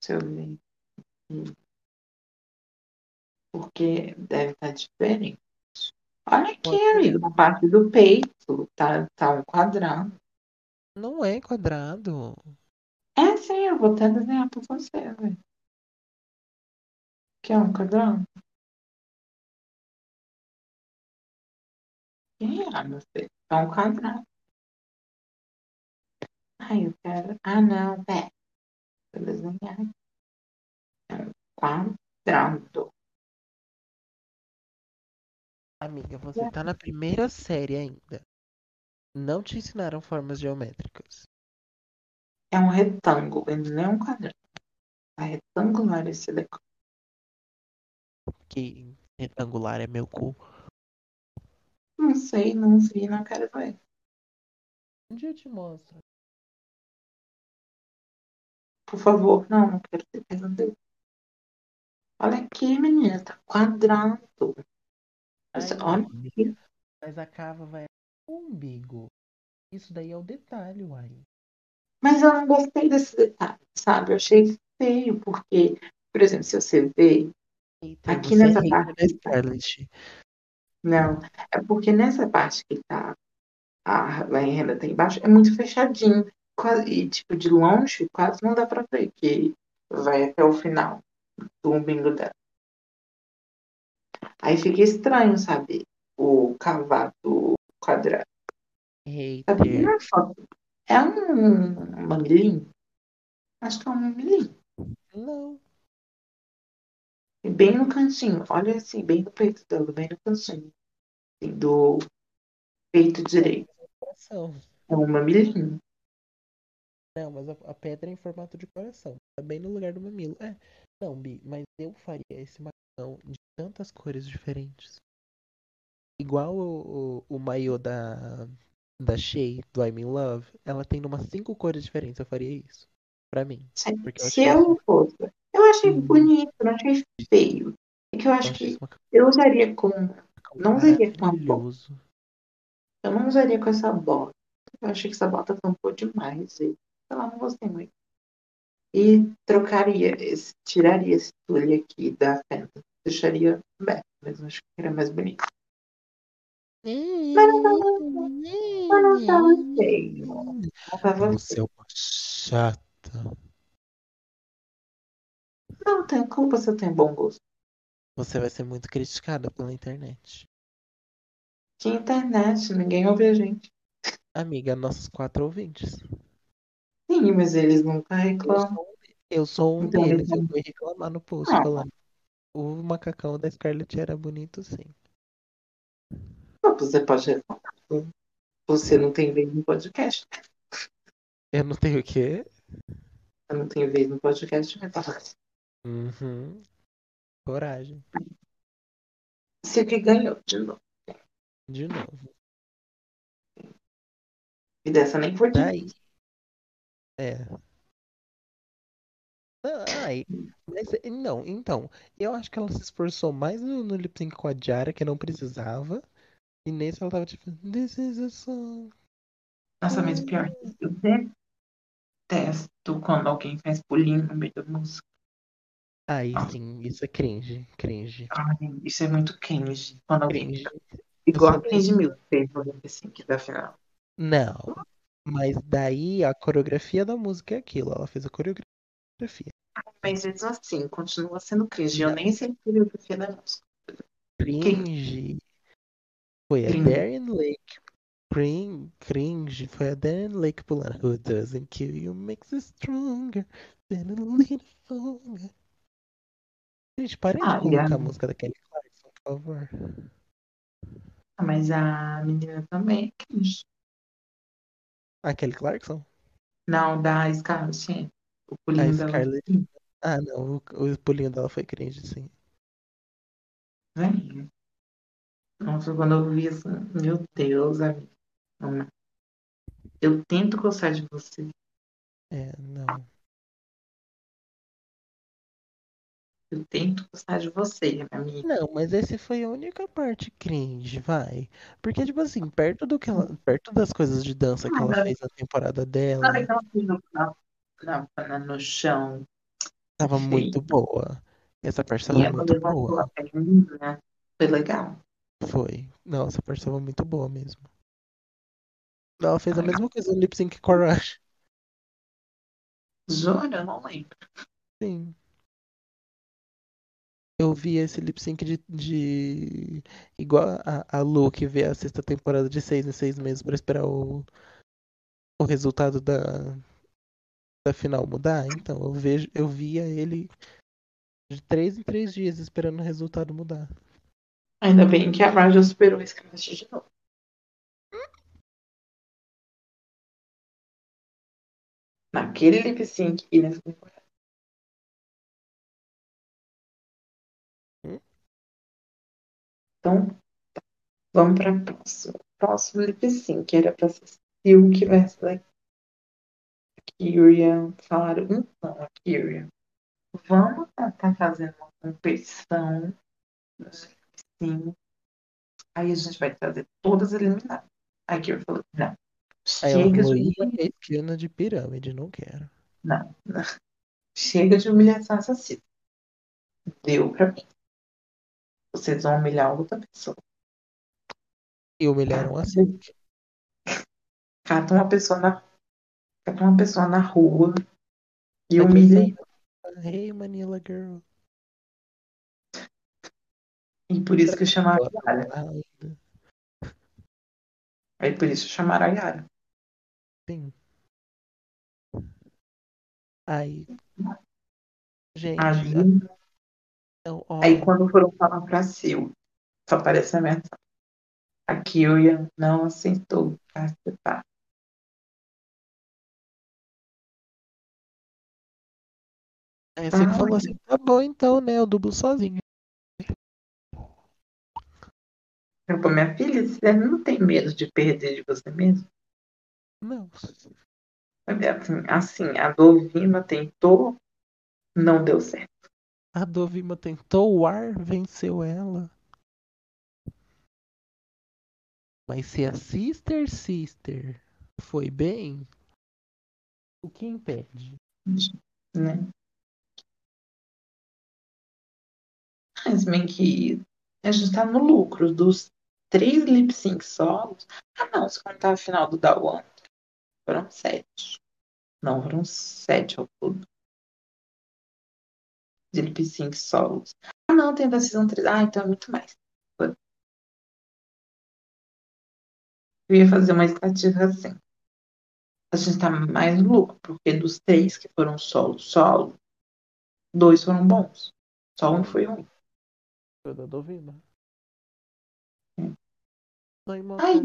Deixa eu ver. Hum. Porque deve estar diferente. Olha aqui,
Pode ser.
amigo, na parte do peito, tá, tá um quadrado.
Não é quadrado.
É sim, eu vou até desenhar pra você, velho. Que é um quadrado? É, meu filho, é um quadrado. Ai, eu quero. Ah, não, velho. Vou desenhar. aqui. É um quadrado.
Amiga, você tá na primeira série ainda. Não te ensinaram formas geométricas.
É um retângulo, ele não é um quadrado. É retangular esse daqui.
Que retangular é meu cu.
Não sei, não vi, não quero ver.
Um dia eu te mostro.
Por favor, não, não quero ter perguntado. Olha aqui, menina, tá quadrado. Você-
Ai,
olha
amiga,
aqui.
Mas a cava vai o umbigo. Isso daí é o detalhe, uai.
Mas eu não gostei desse detalhe, sabe? Eu achei feio, porque, por exemplo, se você vê
Hater,
Aqui
você
nessa
é hater
parte-
da Scarlett.
Não, é porque nessa parte que tá a renda tá embaixo, é muito fechadinho. Quase, e, tipo, de longe, quase não dá pra ver que vai até o final do umbigo dela. Aí fica estranho, sabe? O cavado quadrado. Sabe?
Hater.
Não é foto. É um mamilinho? Acho que é um mamilinho.
Não.
E Bem no cantinho. Olha assim, bem no peito dela, bem no cantinho. Assim, do peito direito.
Coração.
É um mamilinho.
Não, mas a, a pedra é em formato de coração. Tá bem no lugar do mamilo. É. Não, Bi, mas eu faria esse macarrão de tantas cores diferentes. Igual o, o, o maiô da, da Shea, do I'm in Love, ela tem umas cinco cores diferentes. Eu faria isso. Pra mim.
Se,
Porque eu
se
achei-
eu fosse. Eu achei
Uhum.
bonito, não achei feio. É que eu
Eu
acho
acho
que
esse macarrão
eu usaria com. não usaria com a é boca.
maravilhoso.
Eu não usaria com essa bota. Eu achei que essa bota tampou demais. E, sei lá, não gostei muito. E trocaria, esse, tiraria esse tule aqui da fenda. Deixaria aberto, mas eu acho que era mais bonito.
Uhum.
Mas não tava feio. Não tava
Você é uma chata.
feio. Não tem culpa se eu tenho bom gosto.
Você vai ser muito criticada pela internet.
Que internet, ninguém ouve a gente.
Amiga, nossos quatro ouvintes.
Sim, mas eles nunca
Eu
reclamam.
sou, eu sou um
Então, ele
deles. Eu
tem-
fui reclamar no post
Ah.
falando. O macacão da Scarlett era bonito, sim.
Não, Você pode reclamar.
Hum.
Você não tem vez no podcast.
Eu não tenho o quê?
Eu não tenho vez no podcast. mas fala assim.
Uhum. Coragem.
Você que ganhou de novo.
De novo.
E dessa nem foi de
Daí. É. Ah, Ai, mas eh, não, então, eu acho que ela se esforçou mais no, no lip sync com a Diara, que não precisava. E nesse ela tava tipo, This is a song.
Nossa, mas o pior, é que eu detesto quando alguém faz pulinho no meio da música.
Aí sim, isso é cringe, cringe,
Ai, isso é muito cringe. Quando alguém.
cringe.
Igual a
Você-
cringe mil fez no assim, que da final.
Não, mas daí a coreografia da música é aquilo, ela fez a coreografia.
Mas mesmo assim, continua sendo cringe. Eu nem sei a coreografia da música.
Cringe. Foi a
Cringe.
Darren Lake. Crin- Cringe. Foi a Darren Lake pulando. Who doesn't kill you makes you stronger than a little longer. Gente, parem
Ah,
de colocar
e a-
a música da Kelly Clarkson, por favor.
Ah, Mas a menina também é cringe.
A Kelly Clarkson?
Não, da Scarlett. O
A
pulinho dela.
Scarlett. Ah, não. O, o pulinho dela foi cringe, sim.
Velho. Nossa, então, quando eu vi isso, meu Deus, amiga. Não, não. Eu tento gostar de você.
É, não.
Eu tento gostar de você, amiga.
Não, mas essa foi a única parte cringe, vai. Porque, tipo assim, perto do que ela, perto das coisas de dança que
Ah,
ela
mas-
fez na temporada
Na
dela,
hora que ela fez no final, na, na- no chão,
tava
Sim.
muito boa. Essa parte
e
tava
ela
muito
levantou
boa.
a perninha, né? foi legal.
Foi. Não, essa parte tava muito boa mesmo. Ela fez a
Ai.
mesma coisa no Lip Sync Coragem.
Juro, eu não lembro.
Sim. Eu vi esse lip sync de, de- Igual a, a Lu que vê a sexta temporada de seis em seis meses pra esperar o, o resultado da, da final mudar. Então, eu vejo, eu via ele de três em três dias esperando o resultado mudar.
Ainda bem que a Raja superou esse crush de novo. Naquele lip sync e nessa temporada.
Hum?
Então, tá. vamos para o próximo. Próximo lip sync era pra ser Silk versus a Kyrian. Falaram, hum, não, a Kyrian. Vamos estar fazendo uma competição nos lip sync. Aí a gente vai trazer todas eliminadas. Aí Kyrian falou, não.
Aí ela
Chega
falou,
de
"Ih, esquina de pirâmide, não quero.
Não, não. Chega de humilhação assassina. Deu pra mim. Vocês vão humilhar outra pessoa.
E humilharam
Ah,
assim. a Silk.
Cata uma pessoa na, cata uma pessoa na rua e
Aí
humilha.
Hey Manila Girl.
E por isso que chamaram a Yara.
Ainda.
Aí por isso chamaram a Yara.
Sim. Aí. Gente,
A Ju-
então, ó,
Aí quando foram falar pra Sil, só aparece a mensagem. A Kyuya não aceitou participar.
aí você que falou
Ai.
assim, tá bom então, né? Eu dublo sozinho.
Eu falei, minha filha, você não tem medo de perder de você mesmo?
Não.
Assim, assim a Dovima tentou, não deu certo.
A Dovima tentou o ar, venceu ela. Mas se a Sister Sister foi bem, o que impede?
Né? Mas Ah, bem que a gente tá no lucro dos três lip sync solos. Ah não, se contar a final do Dawan, foram sete. Não, foram sete ao todo. De lip sync solos. Ah não, tem da Season 3. Ah, então é muito mais. Eu ia fazer uma estatística assim. A gente tá mais no lucro, porque dos três que foram solo, solo, dois foram bons. Só um foi ruim.
Foi da Dovima.
Hum.
Só em uma-
Ai,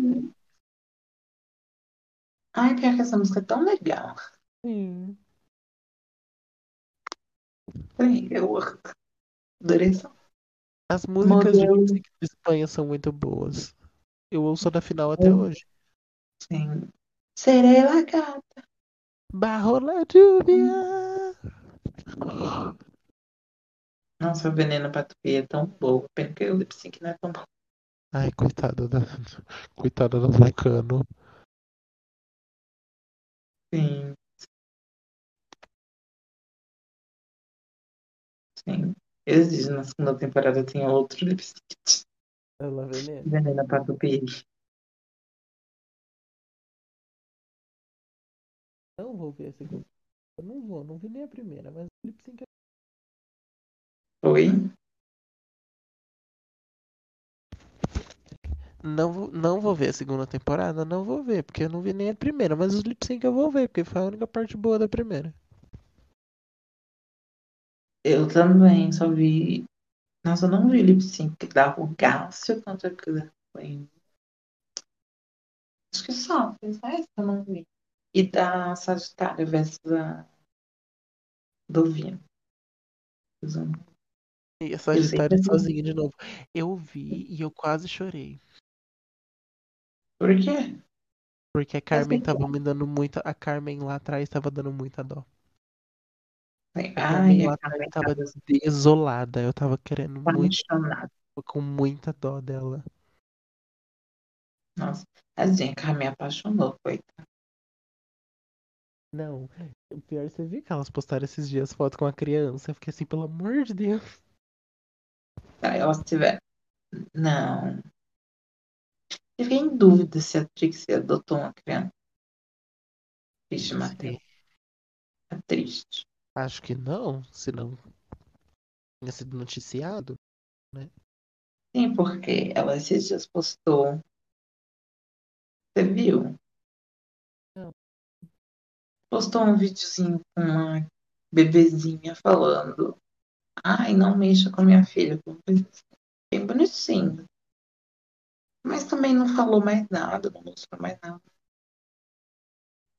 ai, pior que essa música é tão legal.
Sim.
Peraí, Eu adorei essa.
As músicas de
Modelo.
música de Espanha são muito boas. Eu ouço da final até
Hum.
hoje.
Sim. Serei lagarta.
Barro la lluvia.
Nossa, o Veneno pra tu ver é tão boa. Pena que o lip sync não é tão bom.
Ai, coitada da. Coitada da Vulcano.
Sim. Sim. Eles dizem na segunda temporada tem outro lip sync.
Ela veneno.
Veneno pra tu é. ver.
Não vou ver a segunda. Eu não vou, não vi nem a primeira, mas o lip sync é
Oi?
Não, vou- não vou ver a segunda temporada, não vou ver, porque eu não vi nem a primeira, mas os lip sync eu vou ver, porque foi a única parte boa da primeira.
Eu também só vi. Nossa, eu não vi lip sync da Rugácio quanto aquilo da Queen. um, Acho que só, mas essa eu não vi. E da Sagitário versus a Dovino.
E a
vi
Sagitária
também.
sozinha de novo. Eu vi e eu quase chorei.
Por quê?
Porque a Carmen
que-
tava me dando muita. A Carmen lá atrás tava dando muita dó.
Ai,
Carmen
a
lá
Carmen
tava
tava
desolada. Eu tava querendo muito, tipo,
apaixonada.
com muita dó dela.
Nossa, assim, a Carmen apaixonou, coitada.
Não, o pior você viu que elas postaram esses dias foto com a criança. Eu fiquei assim, pelo amor de Deus.
Aí elas tiveram. Não. Eu Fiquei em dúvida se a Trixie adotou uma criança. Triste, Matheus. É triste.
Acho que não, se não tinha sido noticiado.
Sim, porque ela esses dias postou. Você viu?
Não.
Postou um videozinho com uma bebezinha falando. Ai, não mexa com a minha filha. Bem bonitinho. Mas também não falou mais nada, não mostrou mais nada.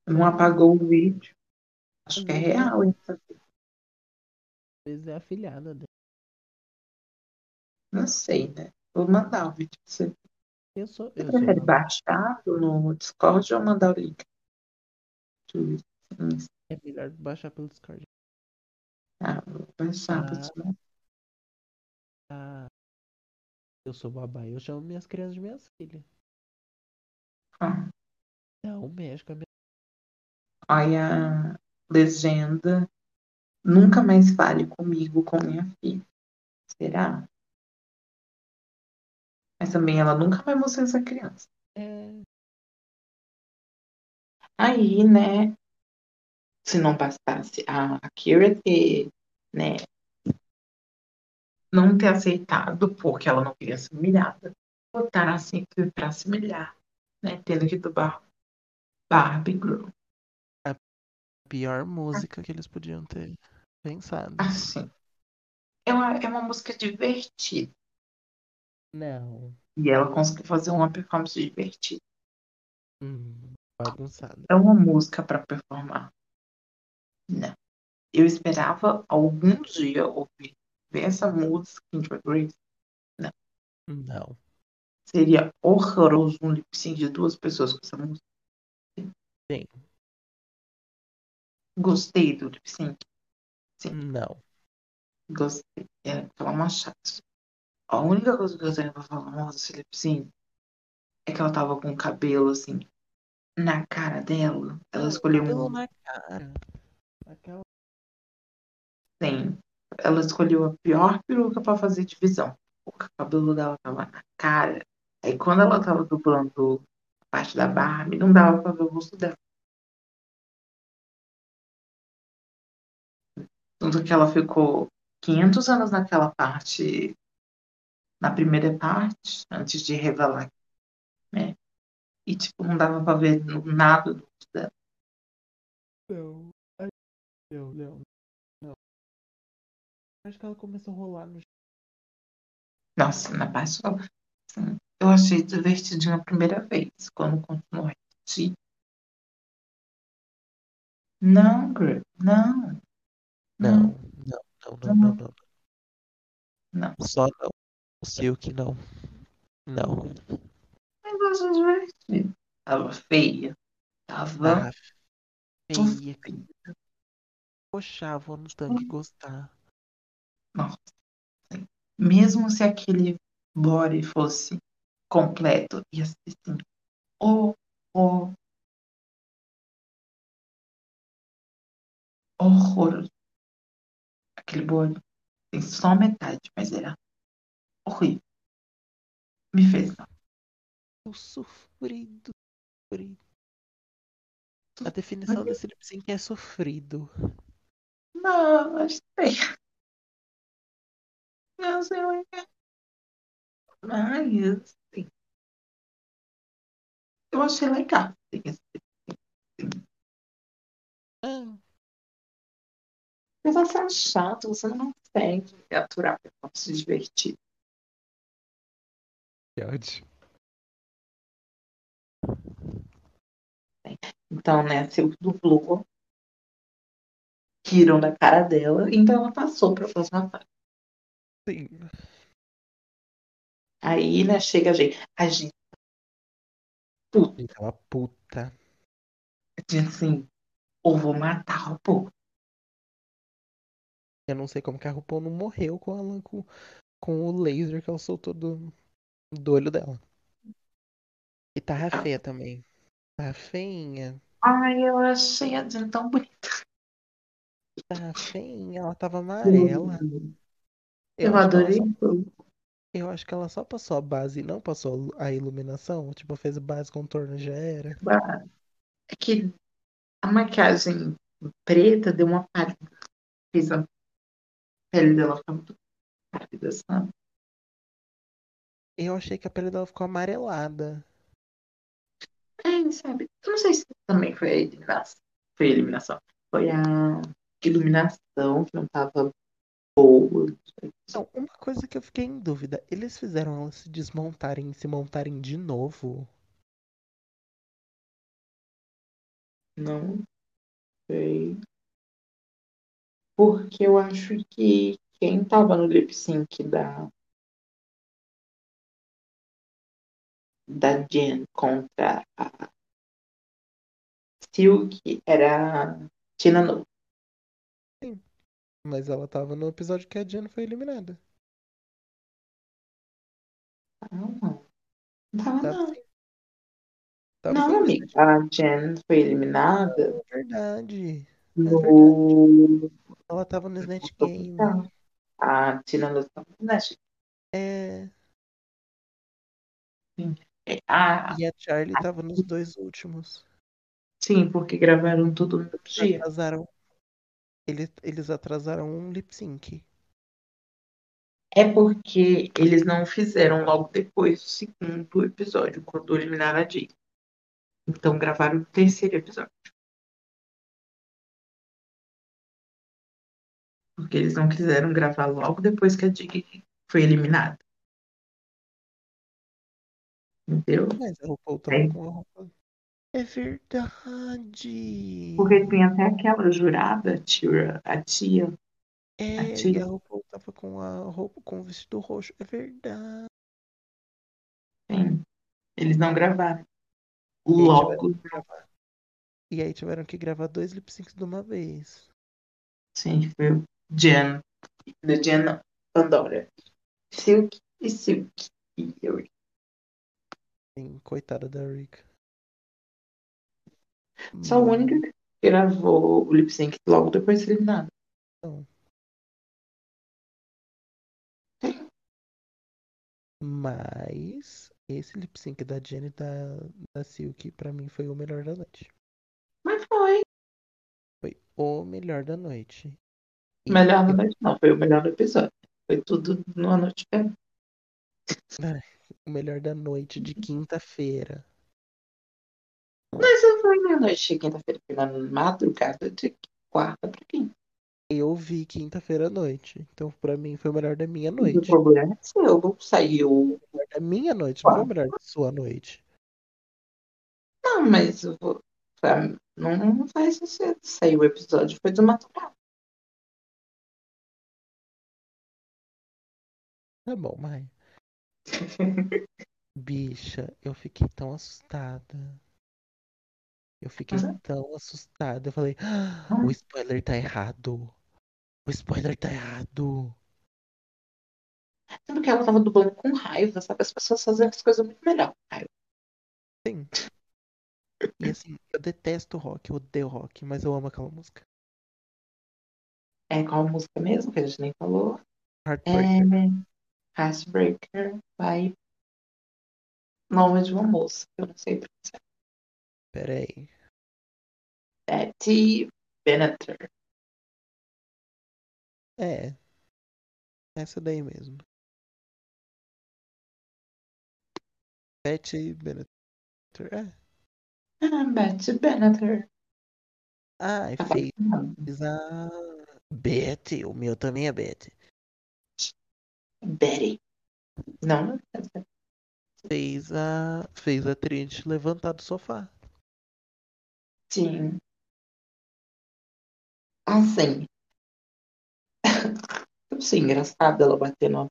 Não apagou o vídeo. Acho que é real, hein?
Talvez é a filhada dela.
Não sei, né? Vou mandar o vídeo pra você.
Eu sou.
Você
Eu sou
prefere
da-
baixado no Discord ou mandar o link? Deixa eu ver. Hum,
É melhor baixar pelo Discord.
Tá, vou baixar pra
Ah.
te mandar.
Ah, eu sou babá. Eu chamo minhas crianças de minhas filhas.
Ah.
Não, mexe com a minha.
Olha a legenda. Nunca mais fale comigo, com minha filha. Será? Mas também ela nunca vai mostrar essa criança.
É.
Aí, né? Se não bastasse a, a Kira ter, né? não ter aceitado porque ela não queria ser humilhada. Botaram assim que pra se humilhar, né? Tendo que dublar Barbie Girl.
Pior música que eles podiam ter pensado.
Assim. É uma, é uma música divertida.
Não.
E ela conseguiu fazer uma performance divertida.
Hum, bagunçado.
É uma música pra performar. Não. Eu esperava algum dia ouvir ver essa música em Drag Race.
Não.
Seria horroroso um lip sync de duas pessoas com essa música.
Sim.
Gostei do lip sync.
Não.
Gostei. É, Era aquela machada. A única coisa que eu tenho pra falar mal desse lip sync é que ela tava com o cabelo assim na cara dela. Ela escolheu
Cabelo
um
na cara. Aquela-
Sim. Ela escolheu a pior peruca pra fazer divisão. O cabelo dela tava na cara. Aí quando ela tava dublando a parte da Barbie, não dava pra ver o rosto dela. Tanto que ela ficou 500 anos naquela parte, na primeira parte, antes de revelar, né? E, tipo, não dava pra ver nada do rosto dela.
Não. Ai, Não, não. Não. Acho que ela começou a rolar no
Nossa, na parte eu, assim, eu achei divertidinho a primeira vez, quando continuou a repetir. Não, girl, não.
Não, não, não, não, não, não.
Não.
Só não. O Silk não. Não.
Mas eu achei divertido. Tava feia. Tava.
Ah, feia que poxa, vou no tanque gostar.
Mesmo se aquele body fosse completo, ia ser assim. Oh, oh. Horror. Aquele body. Tem só metade, mas era horrível. Me fez
Eu sofrido, sofrido. A definição desse lip sync é sofrido.
Não, mas tem. Não sei o que é. Mas, assim. Eu achei legal. assim, esse-
Ah,
Mas você é chato, você não consegue aturar pra se divertir.
que ódio.
Então, né, se o dublou, riram da cara dela, então ela passou pra próxima fase.
Sim.
Aí, né, chega a gente. A gente, puta,
Gente, ela puta.
a gente assim, ou vou matar o povo.
Eu não sei como que a RuPaul não morreu com, ela, com, com o laser que ela soltou do, do olho dela. E tava feia também. Tava feinha.
Ai, eu achei a Jean tão bonita.
Tava feinha. Ela tava amarela.
Eu,
acho que ela
adorei.
só- eu acho que ela só passou a base e não passou a iluminação. Tipo, fez base, contorno já era.
É que a maquiagem preta deu uma pálida. Fez a pele dela ficar muito pálida, sabe?
Eu achei que a pele dela ficou amarelada.
É, sabe? Eu não sei se também foi a eliminação. Foi a eliminação. Foi a iluminação que não tava boa.
Então, uma coisa que eu fiquei em dúvida, eles fizeram elas se desmontarem e se montarem de novo?
Não sei. Porque eu acho que quem tava no lip sync da. Da Jen contra a Silk era a Tina No.
Mas ela tava no episódio que a Jen foi eliminada.
Não, Ah, não. Não tava,
Tá
não.
sim. Tava
Não,
sim,
amiga. A Jen foi eliminada
É verdade. Hum.
no.
Ela tava no Snatch Game.
Não. A Tina Luz tava no Snatch
É,
Game. Ah,
e a Charlie tava nos dois últimos.
sim, porque gravaram tudo no dia.
Atrasaram. Eles, eles atrasaram um lip sync.
É porque eles não fizeram logo depois do segundo episódio, quando eliminaram a Jay. Então gravaram o terceiro episódio. Porque eles não quiseram gravar logo depois que a Jay foi eliminada. Entendeu?
Mas a RuPaul tava
É.
com a roupa. É verdade.
Porque tem até aquela jurada, tira, a tia.
É,
a
e
tia.
a RuPaul tava com a roupa com o vestido roxo. É verdade.
Sim. Eles não gravaram.
E aí
Logo.
tiveram que gravar- E aí tiveram que gravar dois lip syncs de uma vez.
Sim, foi o Jen. Da Jen Pandora. Silk e Silk. E Yuri.
Sim, coitada da Rick.
Só um o único que gravou o lip sync logo depois de ser eliminado.
Mas esse lip sync da Jenny e da, da Silk, pra mim, foi o melhor da noite.
Mas foi.
Foi o melhor da noite. E
Melhor da noite, não. Foi o melhor do episódio. Foi tudo numa noite perto.
O melhor da noite de quinta-feira.
Mas eu fui na noite de quinta-feira, fui na madrugada de quarta pra quinta.
Eu vi quinta-feira à noite. Então, pra mim, foi o melhor da minha
O
noite.
problema é seu. Saiu.
melhor da minha noite, não foi o melhor da sua noite.
Não, mas eu vou- pra- não, não faz sentido. Saiu o episódio, foi do madrugada.
Tá bom, Maia. Bicha, eu fiquei tão assustada. Eu fiquei
Mas é.
tão assustada. Eu falei, "Ah, o spoiler tá errado. O spoiler tá errado.
Sendo que ela tava dublando com raiva, sabe? As pessoas fazem as coisas muito melhor. Raiva.
Sim. E assim, eu detesto rock, eu odeio rock, mas eu amo aquela música.
É qual música mesmo que a gente nem falou?
Heartbreak.
É. Heartbreaker vai. Nome de uma moça, que eu não sei pronunciar.
Pera aí.
Betty Beneter.
É. Essa daí mesmo. Betty Bennett. É.
Ah, Betty Beneter.
Ai,
Ah.
fez a Betty. O meu também é Betty.
Betty. Não, não é
Fez a. Fez a Trinity levantar do sofá.
Sim. Assim. Eu achei engraçado ela batendo a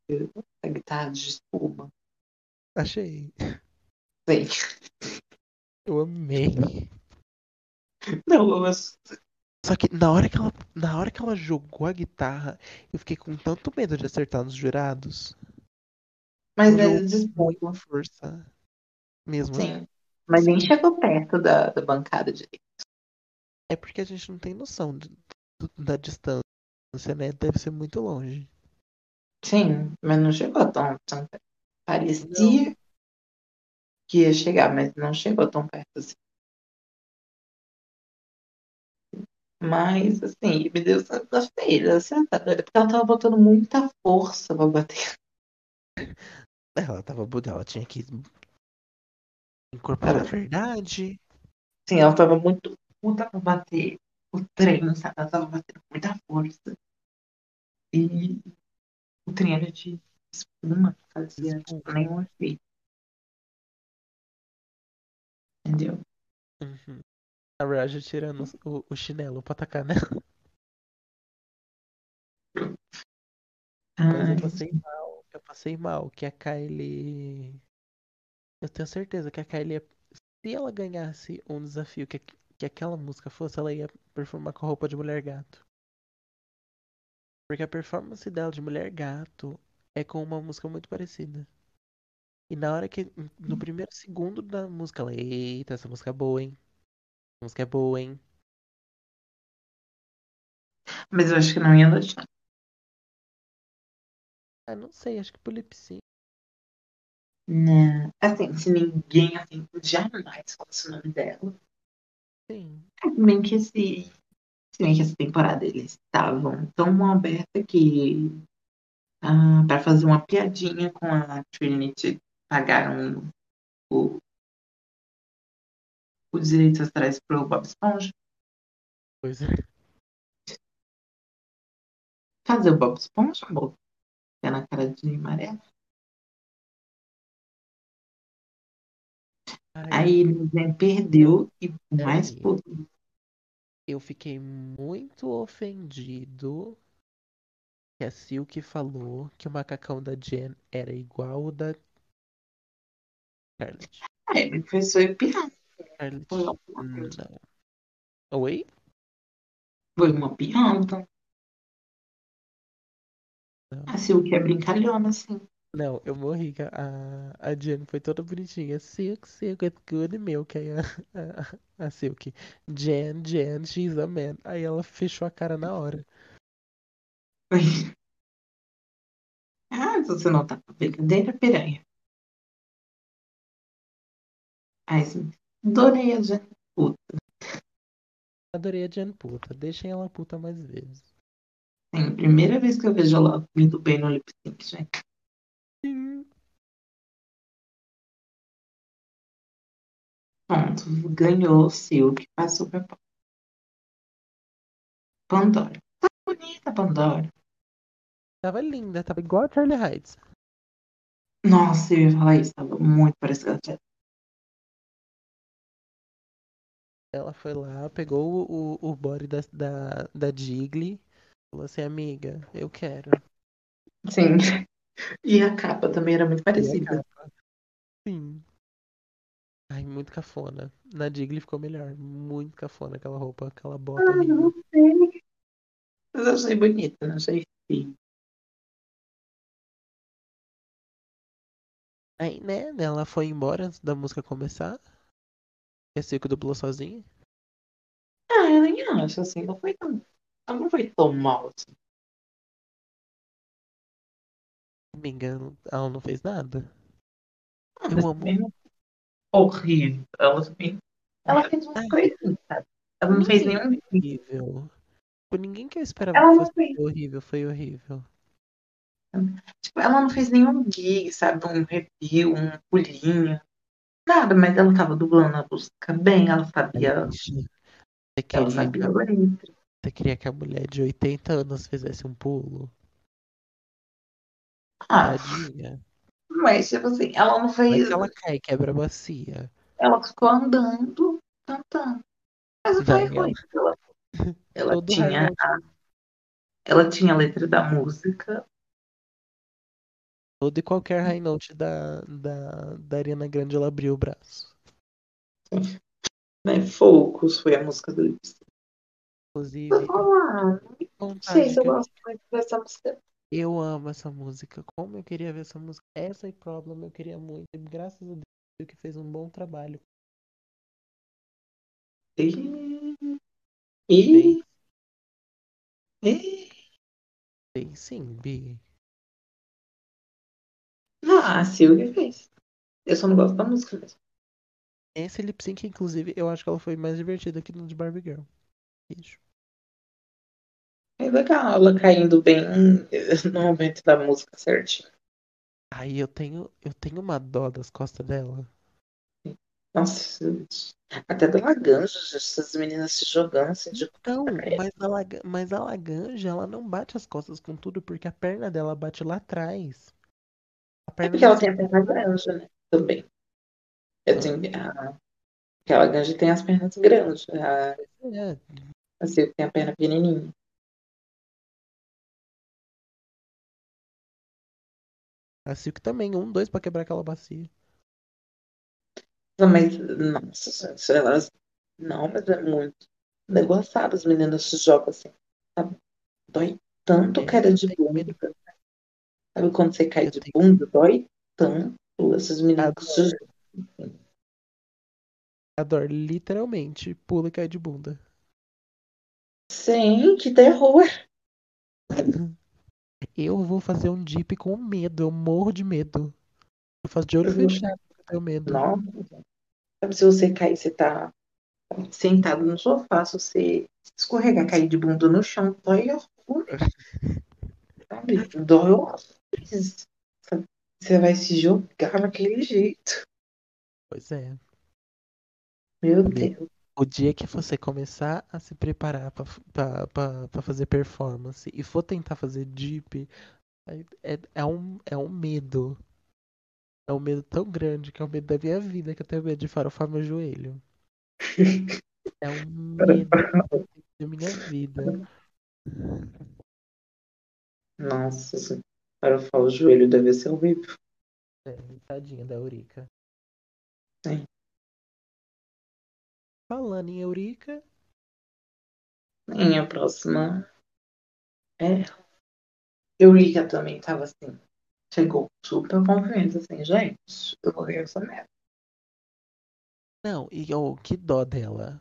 a guitarra de espuma.
Achei.
Sim.
Eu amei.
Não, mas
Só que na hora que ela, na hora que ela jogou a guitarra, eu fiquei com tanto medo de acertar nos jurados.
mas
Jogou
é de espuma.
muita força. Mesmo. né?
Sim. Mas nem chegou perto da, da bancada direito.
É porque a gente não tem noção do- do- da distância, né? Deve ser muito longe.
Sim, mas não chegou tão, tão perto. Parecia que ia chegar, mas não chegou tão perto assim. Mas, assim, me deu das telhas, sentada. Porque ela tava botando muita força pra bater.
Ela tava bonita, ela tinha que incorporar a verdade.
Sim, ela tava muito puta pra bater o trem, sabe? Ela tava batendo com muita força. E o trem era de espuma, não fazia
Espuma.
nenhum efeito. Entendeu?
Uhum. Hum. A Raja tirando o, o chinelo pra atacar nela. Mas eu
Ai,
passei mal, assim, eu passei mal, que a Kylie. Eu tenho certeza que a Kylie, ia- se ela ganhasse um desafio que, aqu- que aquela música fosse, ela ia performar com a roupa de mulher gato. Porque a performance dela de mulher gato é com uma música muito parecida. E na hora que.
Hum.
No primeiro segundo da música, ela. Eita, essa música é boa, hein? Essa música é boa, hein?
Mas eu acho que não ia deixar.
Ah, não sei, acho que pro lip sync.
Não. Assim, se ninguém assim, jamais fosse o nome dela.
Sim.
Se bem que esse. Se bem que essa temporada eles estavam tão aberta que ah, para fazer uma piadinha com a Trinity. Pagaram o, o direito atrás pro Bob Esponja.
Pois é.
Cadê o Bob Esponja, amor? Tá na cara de maré.
Ai,
Aí ele né, perdeu e mais
Ai.
por
eu fiquei muito ofendido que a Silk falou que o macacão da Jen era igual ao da Scarlett.
Ah, ele fez sua piada.
Scarlett,
Foi uma
Hum.
piada.
não. Oi?
Foi uma piada.
Não.
A Silvia é brincalhona, assim.
Não, eu morri. que A, a Jen foi toda bonitinha. é Silk, Silk, it's good milk. Aí a, a, a Silk. Jen, Jen, she's a man. Aí ela fechou a cara na hora.
Ah, se você não tá com brincadeira, piranha. Aí, assim, adorei a gente.
Adorei a Jen puta. Deixem ela puta mais vezes.
Assim, primeira vez que eu vejo ela indo bem no lip sync, gente.
Sim.
Ponto. Ganhou o Silk, passou pra Pan- Pandora. Tá bonita, Pandora.
Tava linda, tava igual a Charlie Heights.
Nossa, eu ia falar isso. Tava muito parecida. com a Jet.
Ela foi lá, pegou o, o, o body da, da, da Jiggly. Falou assim, amiga, eu quero.
Sim. E a capa também era muito parecida.
Sim. Ai, muito cafona. Na Digley ficou melhor. Muito cafona aquela roupa, aquela bota
Ah,
horrível.
não sei. Mas eu achei bonita, não achei feia.
Aí, né? Ela foi embora antes da música começar. E a Silk dublou sozinha.
Ah, eu nem acho, assim, não foi tão. Ela não foi tão mal, assim.
Se não me engano, ela não fez nada.
Ah,
Eu
mas
amo.
também não foi horrível. Ela, também- ela fez
Ah.
uma coisa, sabe? Ela não fez
Ninguém
nenhum.
Horrível. Tipo, ninguém que eu esperava
Ela
que
não
fosse
fez.
horrível, foi horrível.
Tipo, ela não fez nenhum gig, sabe? Um review, um pulinho. Nada, mas ela tava dublando a música bem, ela sabia.
Você
Ela
queria,
sabia a letra.
você queria que a mulher de 80 anos fizesse um pulo?
Ah,
Tadinha.
mas tipo assim, ela não fez.
Mas ela cai, e quebra a bacia.
Ela ficou andando, cantando. Mas não foi
Vai,
ruim. Ela, ela
Todo
tinha,
Arnold,
ela tinha a letra da música.
todo e qualquer
Hum.
high note da, da, da Ariana Grande, ela abriu o braço.
Né? Focus foi a música do Lipsy.
Inclusive,
Ah, não sei
vontade
se eu
que eu
gosto muito dessa música.
Eu amo essa música. Como eu queria ver essa música. Essa e Problem eu queria muito. E graças a Deus que fez um bom trabalho.
E,
Bem,
e, e...
bem sim, Bi.
Não, Ah, a Silvia fez. Eu só não gosto da música mesmo.
Essa lip sync, inclusive, eu acho que ela foi mais divertida que no de Barbie Girl. Beijo.
É legal ela caindo bem no momento da música certinho.
Aí eu tenho, eu tenho uma dó das costas dela.
Nossa, gente. até da Laganja, gente, essas meninas se jogando assim de
Então,
Parece.
mas a, Laga- mas a Laganja, ela não bate as costas com tudo porque a perna dela bate lá atrás. A
É
perna
porque ela
dela
tem a perna grande, né? Também. Eu tenho a... Porque a Laganja tem as pernas grandes. A,
é,
a Silvia tem a perna pequenininha.
a Silk também, um, dois pra quebrar aquela bacia.
Nossa, Mas, nossa, gente, elas. Não, mas é muito negociado. As meninas se jogam assim. Sabe? Dói tanto
É,
cara de
tem
bunda.
medo.
Sabe quando você cai
Eu
de
tenho-
bunda? Dói tanto. Essas meninas que se jogam.
Adoro, literalmente, pula e cai de bunda.
Sim, assim, que terror.
Eu vou fazer um dip com medo, eu morro de medo. Eu faço de olho
Uhum.
fechado, porque eu tenho medo.
Nossa. Sabe, se você cair, você tá sentado no sofá. Se você escorregar, cair de bunda no chão, dói horror. sabe? Dolorosa. Sabe? Você vai se jogar daquele jeito.
Pois é.
Meu
Bem-
Deus.
O dia que você começar a se preparar pra, f- pra, pra, pra fazer performance e for tentar fazer deep, aí é, é, um, é um medo. É um medo tão grande que é o medo da minha vida que eu tenho medo de farofar meu joelho. É um medo da minha vida.
Nossa, se- para falar o joelho deve ser horrível.
É, tadinha da Eurica.
Sim.
Falando em Eurica,
E a próxima é. Eurica também tava assim. Chegou super confiante, assim, gente. Eu vou ganhar essa merda.
Não, e oh, que dó dela.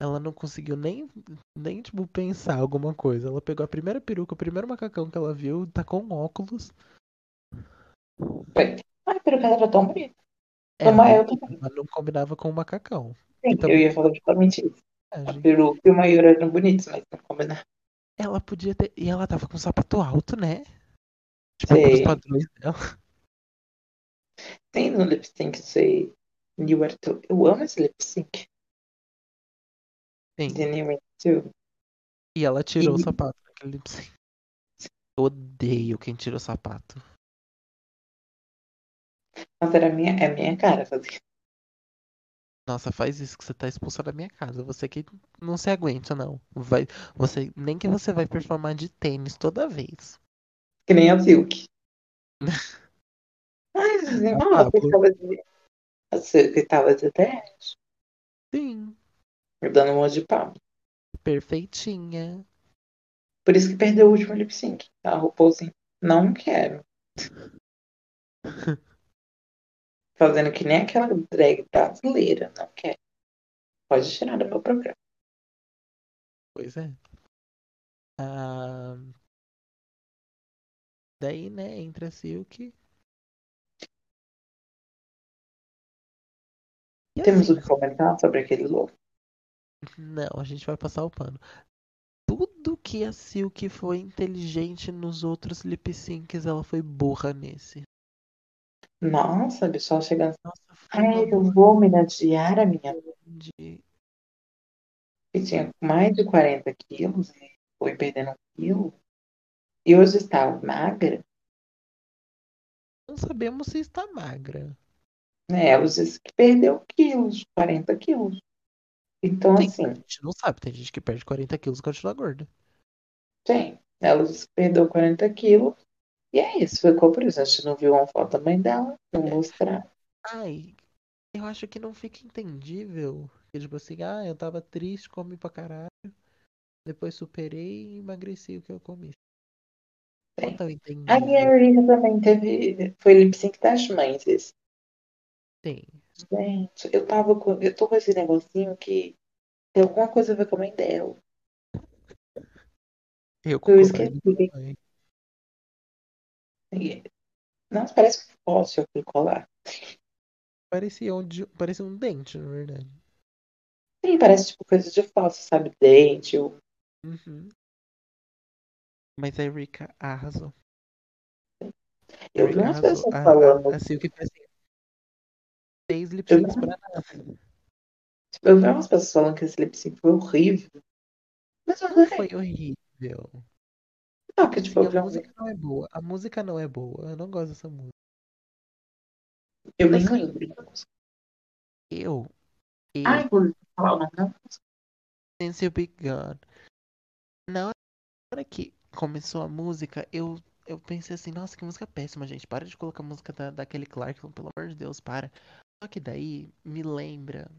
Ela não conseguiu nem, nem, tipo, pensar alguma coisa. Ela pegou a primeira peruca, o primeiro macacão que ela viu, tacou um óculos.
Ai, peruca era tão bonita.
É,
Toma
mas
eu também.
ela não combinava com o macacão.
Sim,
Então- Uhum.
eu ia falar justamente isso. A
Viagem.
peruca e o né? maior eram bonitos, mas não combinava.
Ela podia ter. E ela tava com um sapato alto, né? Tipo, pros
Sei.
padrões dela.
Tem no lip sync, sei. New Arthur. Eu amo esse lip sync.
Sim.
De New Arthur.
E ela tirou o
E-
sapato naquele lip sync. Eu odeio quem tira o sapato.
Mas era minha, é minha cara fazer.
Nossa, faz isso que você tá expulsa da minha casa. Você que não se aguenta, não. Vai, você, nem que você vai performar de tênis toda vez.
Que nem a Silk. Ai, assim, ó,
Pablo.
você tava de. A Silk tava de até
Sim,
dando um monte de pau.
perfeitinha.
Por isso que perdeu o último lip sync. A RuPaul assim, não quero. Fazendo que nem aquela drag brasileira, não quero. Pode tirar do meu programa.
Pois é. Ah, daí, né, entra a Silk. E
Temos
assim,
o que comentar sobre aquele louco?
não, a gente vai passar o pano. Tudo que a Silk foi inteligente nos outros lip syncs, ela foi burra nesse.
Nossa, o pessoal chegando assim.
Nossa, foi uma
Ai, eu vou homenagear a minha
grande.
que tinha mais de 40 quilos e foi perdendo um quilo. E hoje está magra,
Não sabemos se está magra.
né? Ela disse que perdeu quilos, 40 quilos. Então,
Tem-
assim,
a gente não sabe, tem gente que perde 40 quilos e continua gorda.
tem. Ela disse que perdeu 40 quilos. E é isso, ficou por isso. A gente não viu uma foto da mãe dela, não mostrar.
Ai, eu acho que não fica entendível. Que, tipo assim, ah, eu tava triste, comi pra caralho. Depois superei e emagreci o que eu comi.
Sim.
Não tão
A minha
entendível.
Erika também teve. Foi lip sync das mães. esse.
Tem.
Gente, eu tava com. Eu tô com esse negocinho que tem alguma coisa a ver com a mãe dela.
Eu
Eu
concordo.
esqueci. Nossa, parece um fóssil aquele colar.
Parecia um, di- parecia um dente, na verdade.
Sim, parece tipo coisa de falso, sabe? Dente. ou-
Uhum. Mas a Erika arrasou.
Eu vi
Erika
umas
arrasou.
pessoas
A-
falando.
A, a Silk fez assim. Seis lip
Eu
syncs
não-
pra nada.
tipo, eu vi umas pessoas falando que esse lip sync foi horrível. Mas eu adorei.
Foi horrível.
Não, porque,
Assim,
tipo, eu vi
a
um-
música não é boa. A música não é boa. Eu não gosto dessa música.
Eu nem
assim,
lembro.
Eu. Eu.
Ah, inclusive, falar o nome da música.
Since You Begun. Na hora que começou a música, eu, eu pensei assim, nossa, que música péssima, gente. Para de colocar a música da, daquele Clarkson, pelo amor de Deus, para. Só que daí me lembra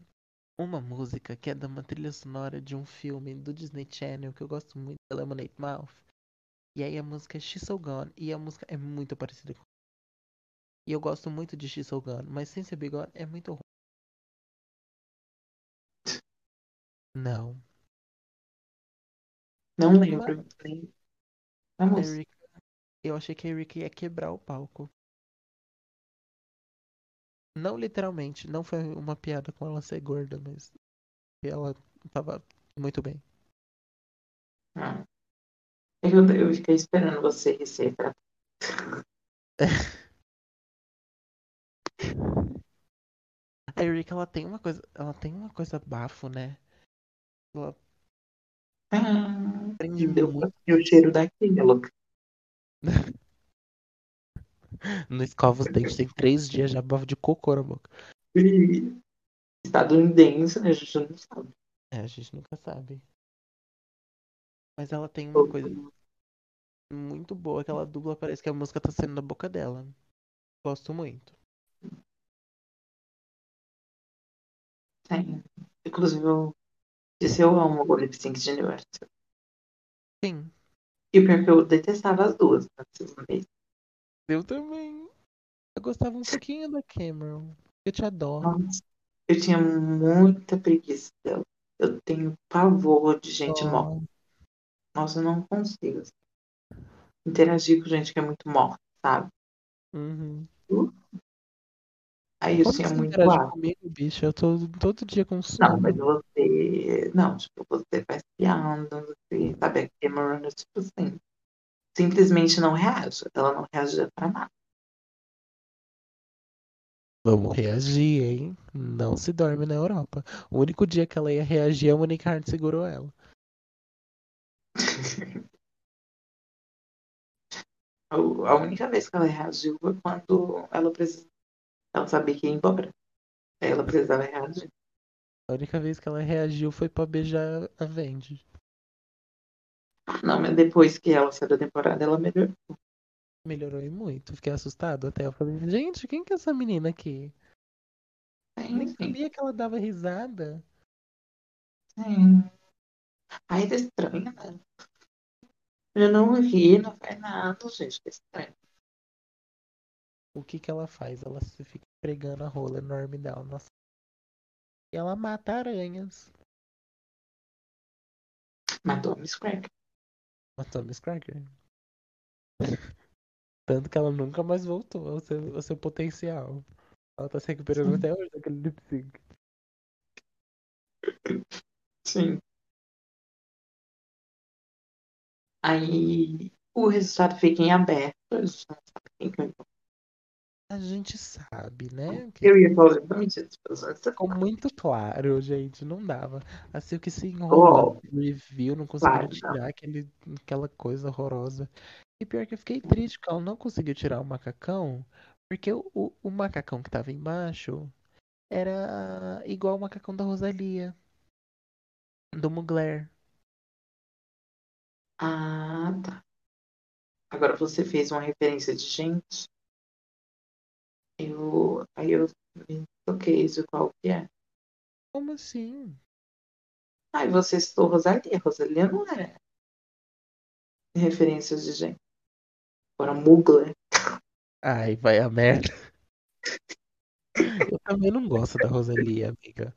uma música que é de uma trilha sonora de um filme do Disney Channel que eu gosto muito, da Lemonade Mouth. E aí a música é She's So Gone, e a música é muito parecida com. E eu gosto muito de She's So Gone, mas Since You Begun é muito ruim. Não.
Não lembro. nem A
A
música.
Erika- Eu achei que a Erika ia quebrar o palco. Não literalmente, não foi uma piada com ela ser gorda, mas ela tava muito bem.
Ah. Eu, eu fiquei esperando você ser tratado.
A Eureka, ela tem uma coisa, ela tem uma coisa bafo, né? Ela
Ah,
aprende
deu
muito
e o cheiro é daquilo.
no escova os dentes, tem três dias já bafo de cocô na boca.
E Estadunidense, né? A gente não sabe.
É, a gente nunca sabe. Mas ela tem uma coisa muito boa que ela dubla, parece que a música tá saindo da boca dela. Gosto muito.
Tem. Inclusive, eu disse eu amo o Lip Sync de Universo.
Sim,
E pior é que eu detestava as duas, né? vocês não veem.
eu também. Eu gostava um pouquinho da Cameron. Eu te adoro.
Nossa, Eu tinha muita preguiça dela. Eu tenho pavor de gente morta.
Oh,
Nossa, eu não consigo assim, interagir com gente que é muito morta, sabe?
uhum.
Aí eu
Como
tinha
você
muito
interage
ar.
comigo, bicho? Eu tô todo dia com
Não,
sono.
mas você. Não, tipo, você faz piada, você sabe, a Cameron é tipo assim. Simplesmente não reage. Ela não reagia pra nada.
Vamos reagir, hein? Não se dorme na Europa. O único dia que ela ia reagir, é a Monique Hart segurou ela.
Eu- A única vez que ela reagiu foi quando ela precisava. Ela sabia que ia embora. Aí ela precisava reagir.
A única vez que ela reagiu foi pra beijar a Vendi.
Ah, Não, mas depois que ela saiu da temporada, ela melhorou.
Melhorou e muito. Fiquei assustado até. Eu falei, gente, quem que é essa menina aqui? Nem
Sim, sim,
sabia que ela dava risada.
sim. Aí tá estranho, né? Eu não ri, não faz nada, gente. Tá estranho.
O que que ela faz? Ela se fica pregando a rola enorme dela. Nossa. E ela mata aranhas.
Matou a Miss Crack.
Matou a Miss Cracker. Tanto que ela nunca mais voltou ao seu, ao seu potencial. Ela tá se recuperando até hoje daquele lip sync.
Sim. Aí o resultado fica em aberto. A gente não sabe quem ganhou.
A gente sabe, né? Que
Eu ia falar exatamente isso. mas você- tá
ficou muito claro, gente. Não dava. A Silk se enrolando
Ó,
no review, não conseguiram
claro, não.
tirar aquele, aquela coisa horrorosa. E pior que eu fiquei triste que ela não conseguiu tirar o macacão, porque o, o, o macacão que tava embaixo era igual o macacão da Rosalia, do Mugler.
Ah, tá. Agora você fez uma referência de gente. Eu, aí eu me toquei isso qual que é.
Como assim?
Aí você citou Rosalia. Rosalia não é referência de gente. Agora Mugler.
Ai, vai a merda. Eu também não gosto da Rosalia, amiga.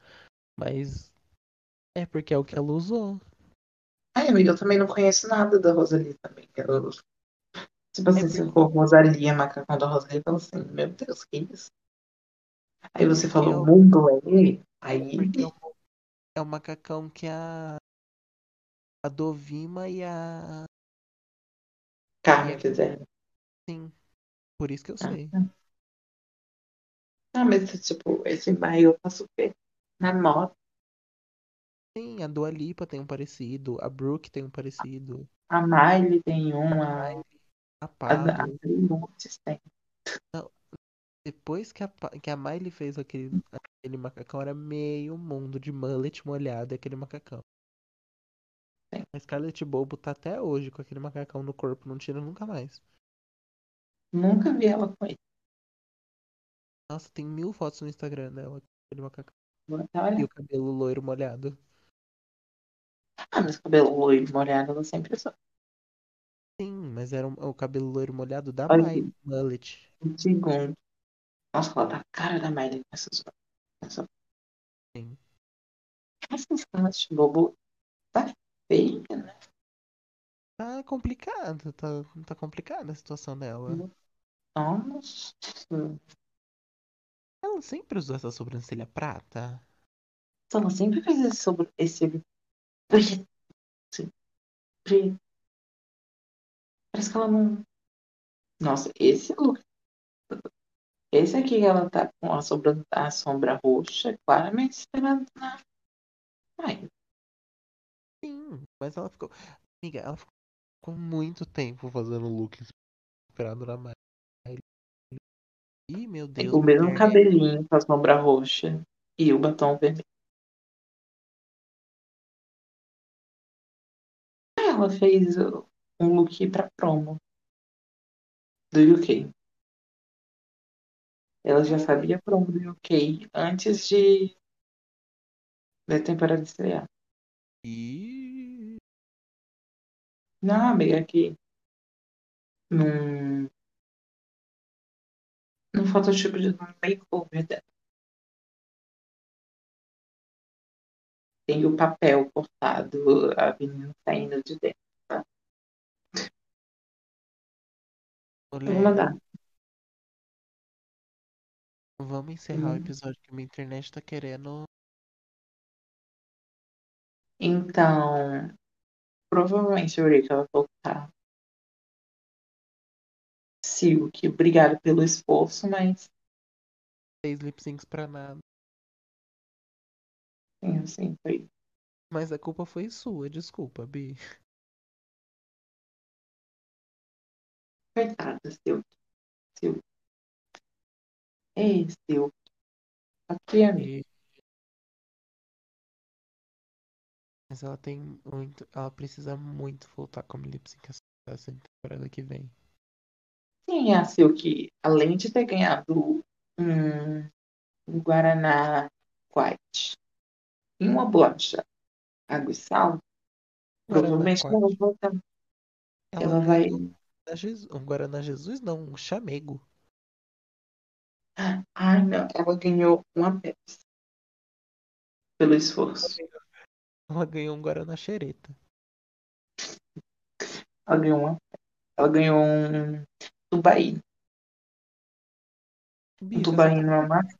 Mas é porque é o que ela usou.
Ai, amiga, eu também não conheço nada da Rosalia também. Eu, se
É
você
porque.
citou Rosalia, macacão da Rosalia, eu falo assim, meu Deus, que isso? Aí você
Porque é
falou
o,
Mugler. Aí
porque é o, é o macacão que a, a Dovima e a. E
Carmen
a
fizeram.
sim. Por isso que eu
Ah,
sei.
Ah, mas tipo, esse bairro eu faço o quê? Na moto.
Sim, a Dua Lipa tem um parecido, a Brooke tem um parecido,
A Miley tem
a
uma.
Miley,
Ah. A,
a
a
Pablo.
Montes tem. um
Não, depois que a, Pa- que a Miley fez aquele, aquele macacão, era meio mundo de mullet molhado e aquele macacão.
tem.
A Scarlett Bobo tá até hoje com aquele macacão no corpo, não tira nunca mais.
Nunca vi ela com ele.
Nossa, tem mil fotos no Instagram dela com aquele macacão.
Vou até
E
olhar.
o cabelo loiro molhado.
Ah, mas cabelo loiro, molhado, ela sempre usou.
Sim, mas era um- o cabelo loiro molhado da
Olha
Miley,
aqui,
mullet.
um segundo. Nossa, ela tá a cara da Miley com essas essa
Sim.
Essa Scarlett Bobo tá feia, né?
Tá complicado, tá, tá complicada a situação dela.
Uhum. Nossa.
Ela sempre usou essa sobrancelha prata?
Ela sempre fez esse sobre esse preto, preto. Parece que ela não. Nossa, esse look. Esse aqui ela tá com a sombra, a sombra roxa, claramente esperando na. Ai,
Sim, mas ela ficou. Amiga, ela ficou com muito tempo fazendo look inspirado na Miley. Ih, meu Deus.
o mesmo
mulher. né?
cabelinho com a sombra roxa e o batom vermelho. Ela fez uh, um look pra promo do UK. Ela já sabia a promo do UK antes de da temporada estrear.
Ih,
Não, amiga, que Ah, num, num Photoshop de um makeover dela. Tem o papel cortado, a menina saindo de dentro. Eu vou
mulher,
mandar.
vamos encerrar o
Hum.
episódio que minha internet tá querendo.
Então, provavelmente eu irei que ela voltar. Sigo que obrigado pelo esforço, mas
Seis lip syncs pra nada.
sim, assim, foi.
Mas a culpa foi sua, desculpa, Bi.
Coitada, Silk. Silk. Ei, Silk. Aqui, amiga.
E- Mas ela tem muito. Ela precisa muito voltar como lip sync essa temporada que vem.
Sim, a Silk, além de ter ganhado um, um Guaraná White e uma bolacha água e sal, provavelmente
Guaraná
não vai voltar.
Ela,
Ela
ganhou
vai.
um Guaraná Jesus- Um Guaraná Jesus não, um chamego.
Ai, não, ela ganhou uma Pepsi pelo esforço.
Ela ganhou um Guaraná xereta.
Ela ganhou uma. Ela ganhou um Tubaí. Um
Bi, você
Tubaí
tá,
numa Um massa.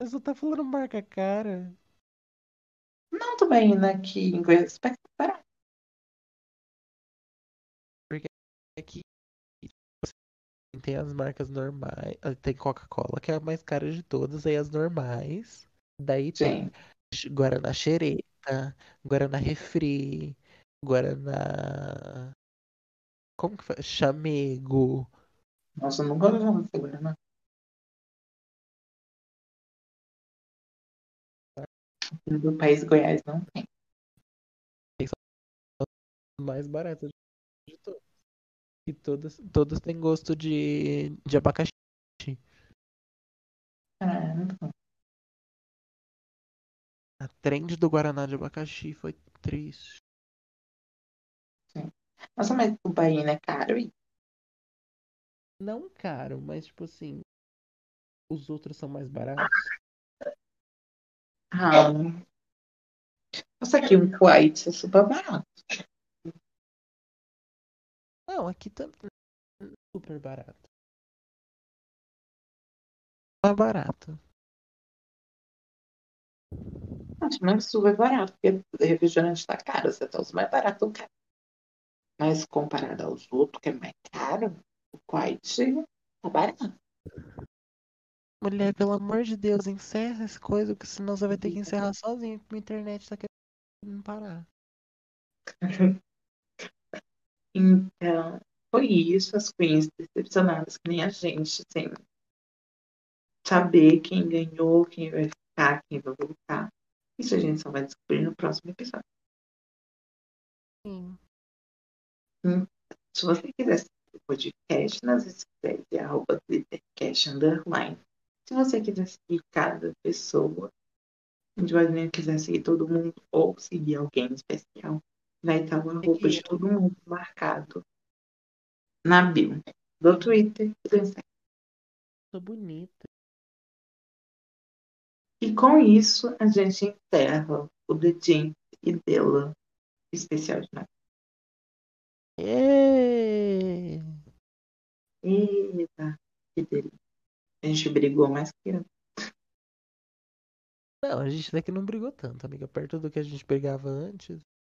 você só tá falando marca cara.
Não, um Tubaí aqui em Goiás espetacular.
É que assim, tem as marcas normais. ah, Tem Coca-Cola, que é a mais cara de todas, aí as normais. Daí tem
Gente,
ch- Guaraná xereta, Guaraná refri, Guaraná. Como que fala? Chamego.
nossa, eu nunca ouvi falar desse Guaraná. No país Goiás não tem.
Mais barata de todas. E todas, todas têm gosto de, de abacaxi.
Caramba.
A trend do Guaraná de abacaxi foi triste.
Nossa, mas Tubaí é caro. e
Não caro, mas tipo assim, os outros são mais baratos.
Ah, nossa, aqui um White é super barato.
Não, aqui tá super barato. Tá barato.
Gente, Não é super barato, porque refrigerante tá caro, você tá os mais baratos tão caro. Mas comparado aos outros, que é mais caro, o Quiet tá barato.
Mulher, pelo amor de Deus, encerra essa coisa, porque senão você vai ter que encerrar sozinho, porque minha internet tá querendo parar.
Então, foi isso, as queens decepcionadas, que nem a gente, assim. sem saber quem ganhou, quem vai ficar, quem vai voltar. Isso a gente só vai descobrir no próximo episódio.
Sim.
Hum, Se você quiser seguir o podcast nas redes sociais, é arroba glittercast underline. Se você quiser seguir cada pessoa, a gente vai ver, quiser seguir todo mundo ou seguir alguém especial, vai estar o arroba de
Seguir
todo mundo marcado na bio do Twitter e do Instagram.
Tô bonita.
E com isso, a gente enterra o The Jean e Dela especial de Natal.
Êêêê!
Eita, que delícia. A gente brigou mais que eu.
Não, a gente daqui não brigou tanto, amiga. Perto do que a gente brigava antes.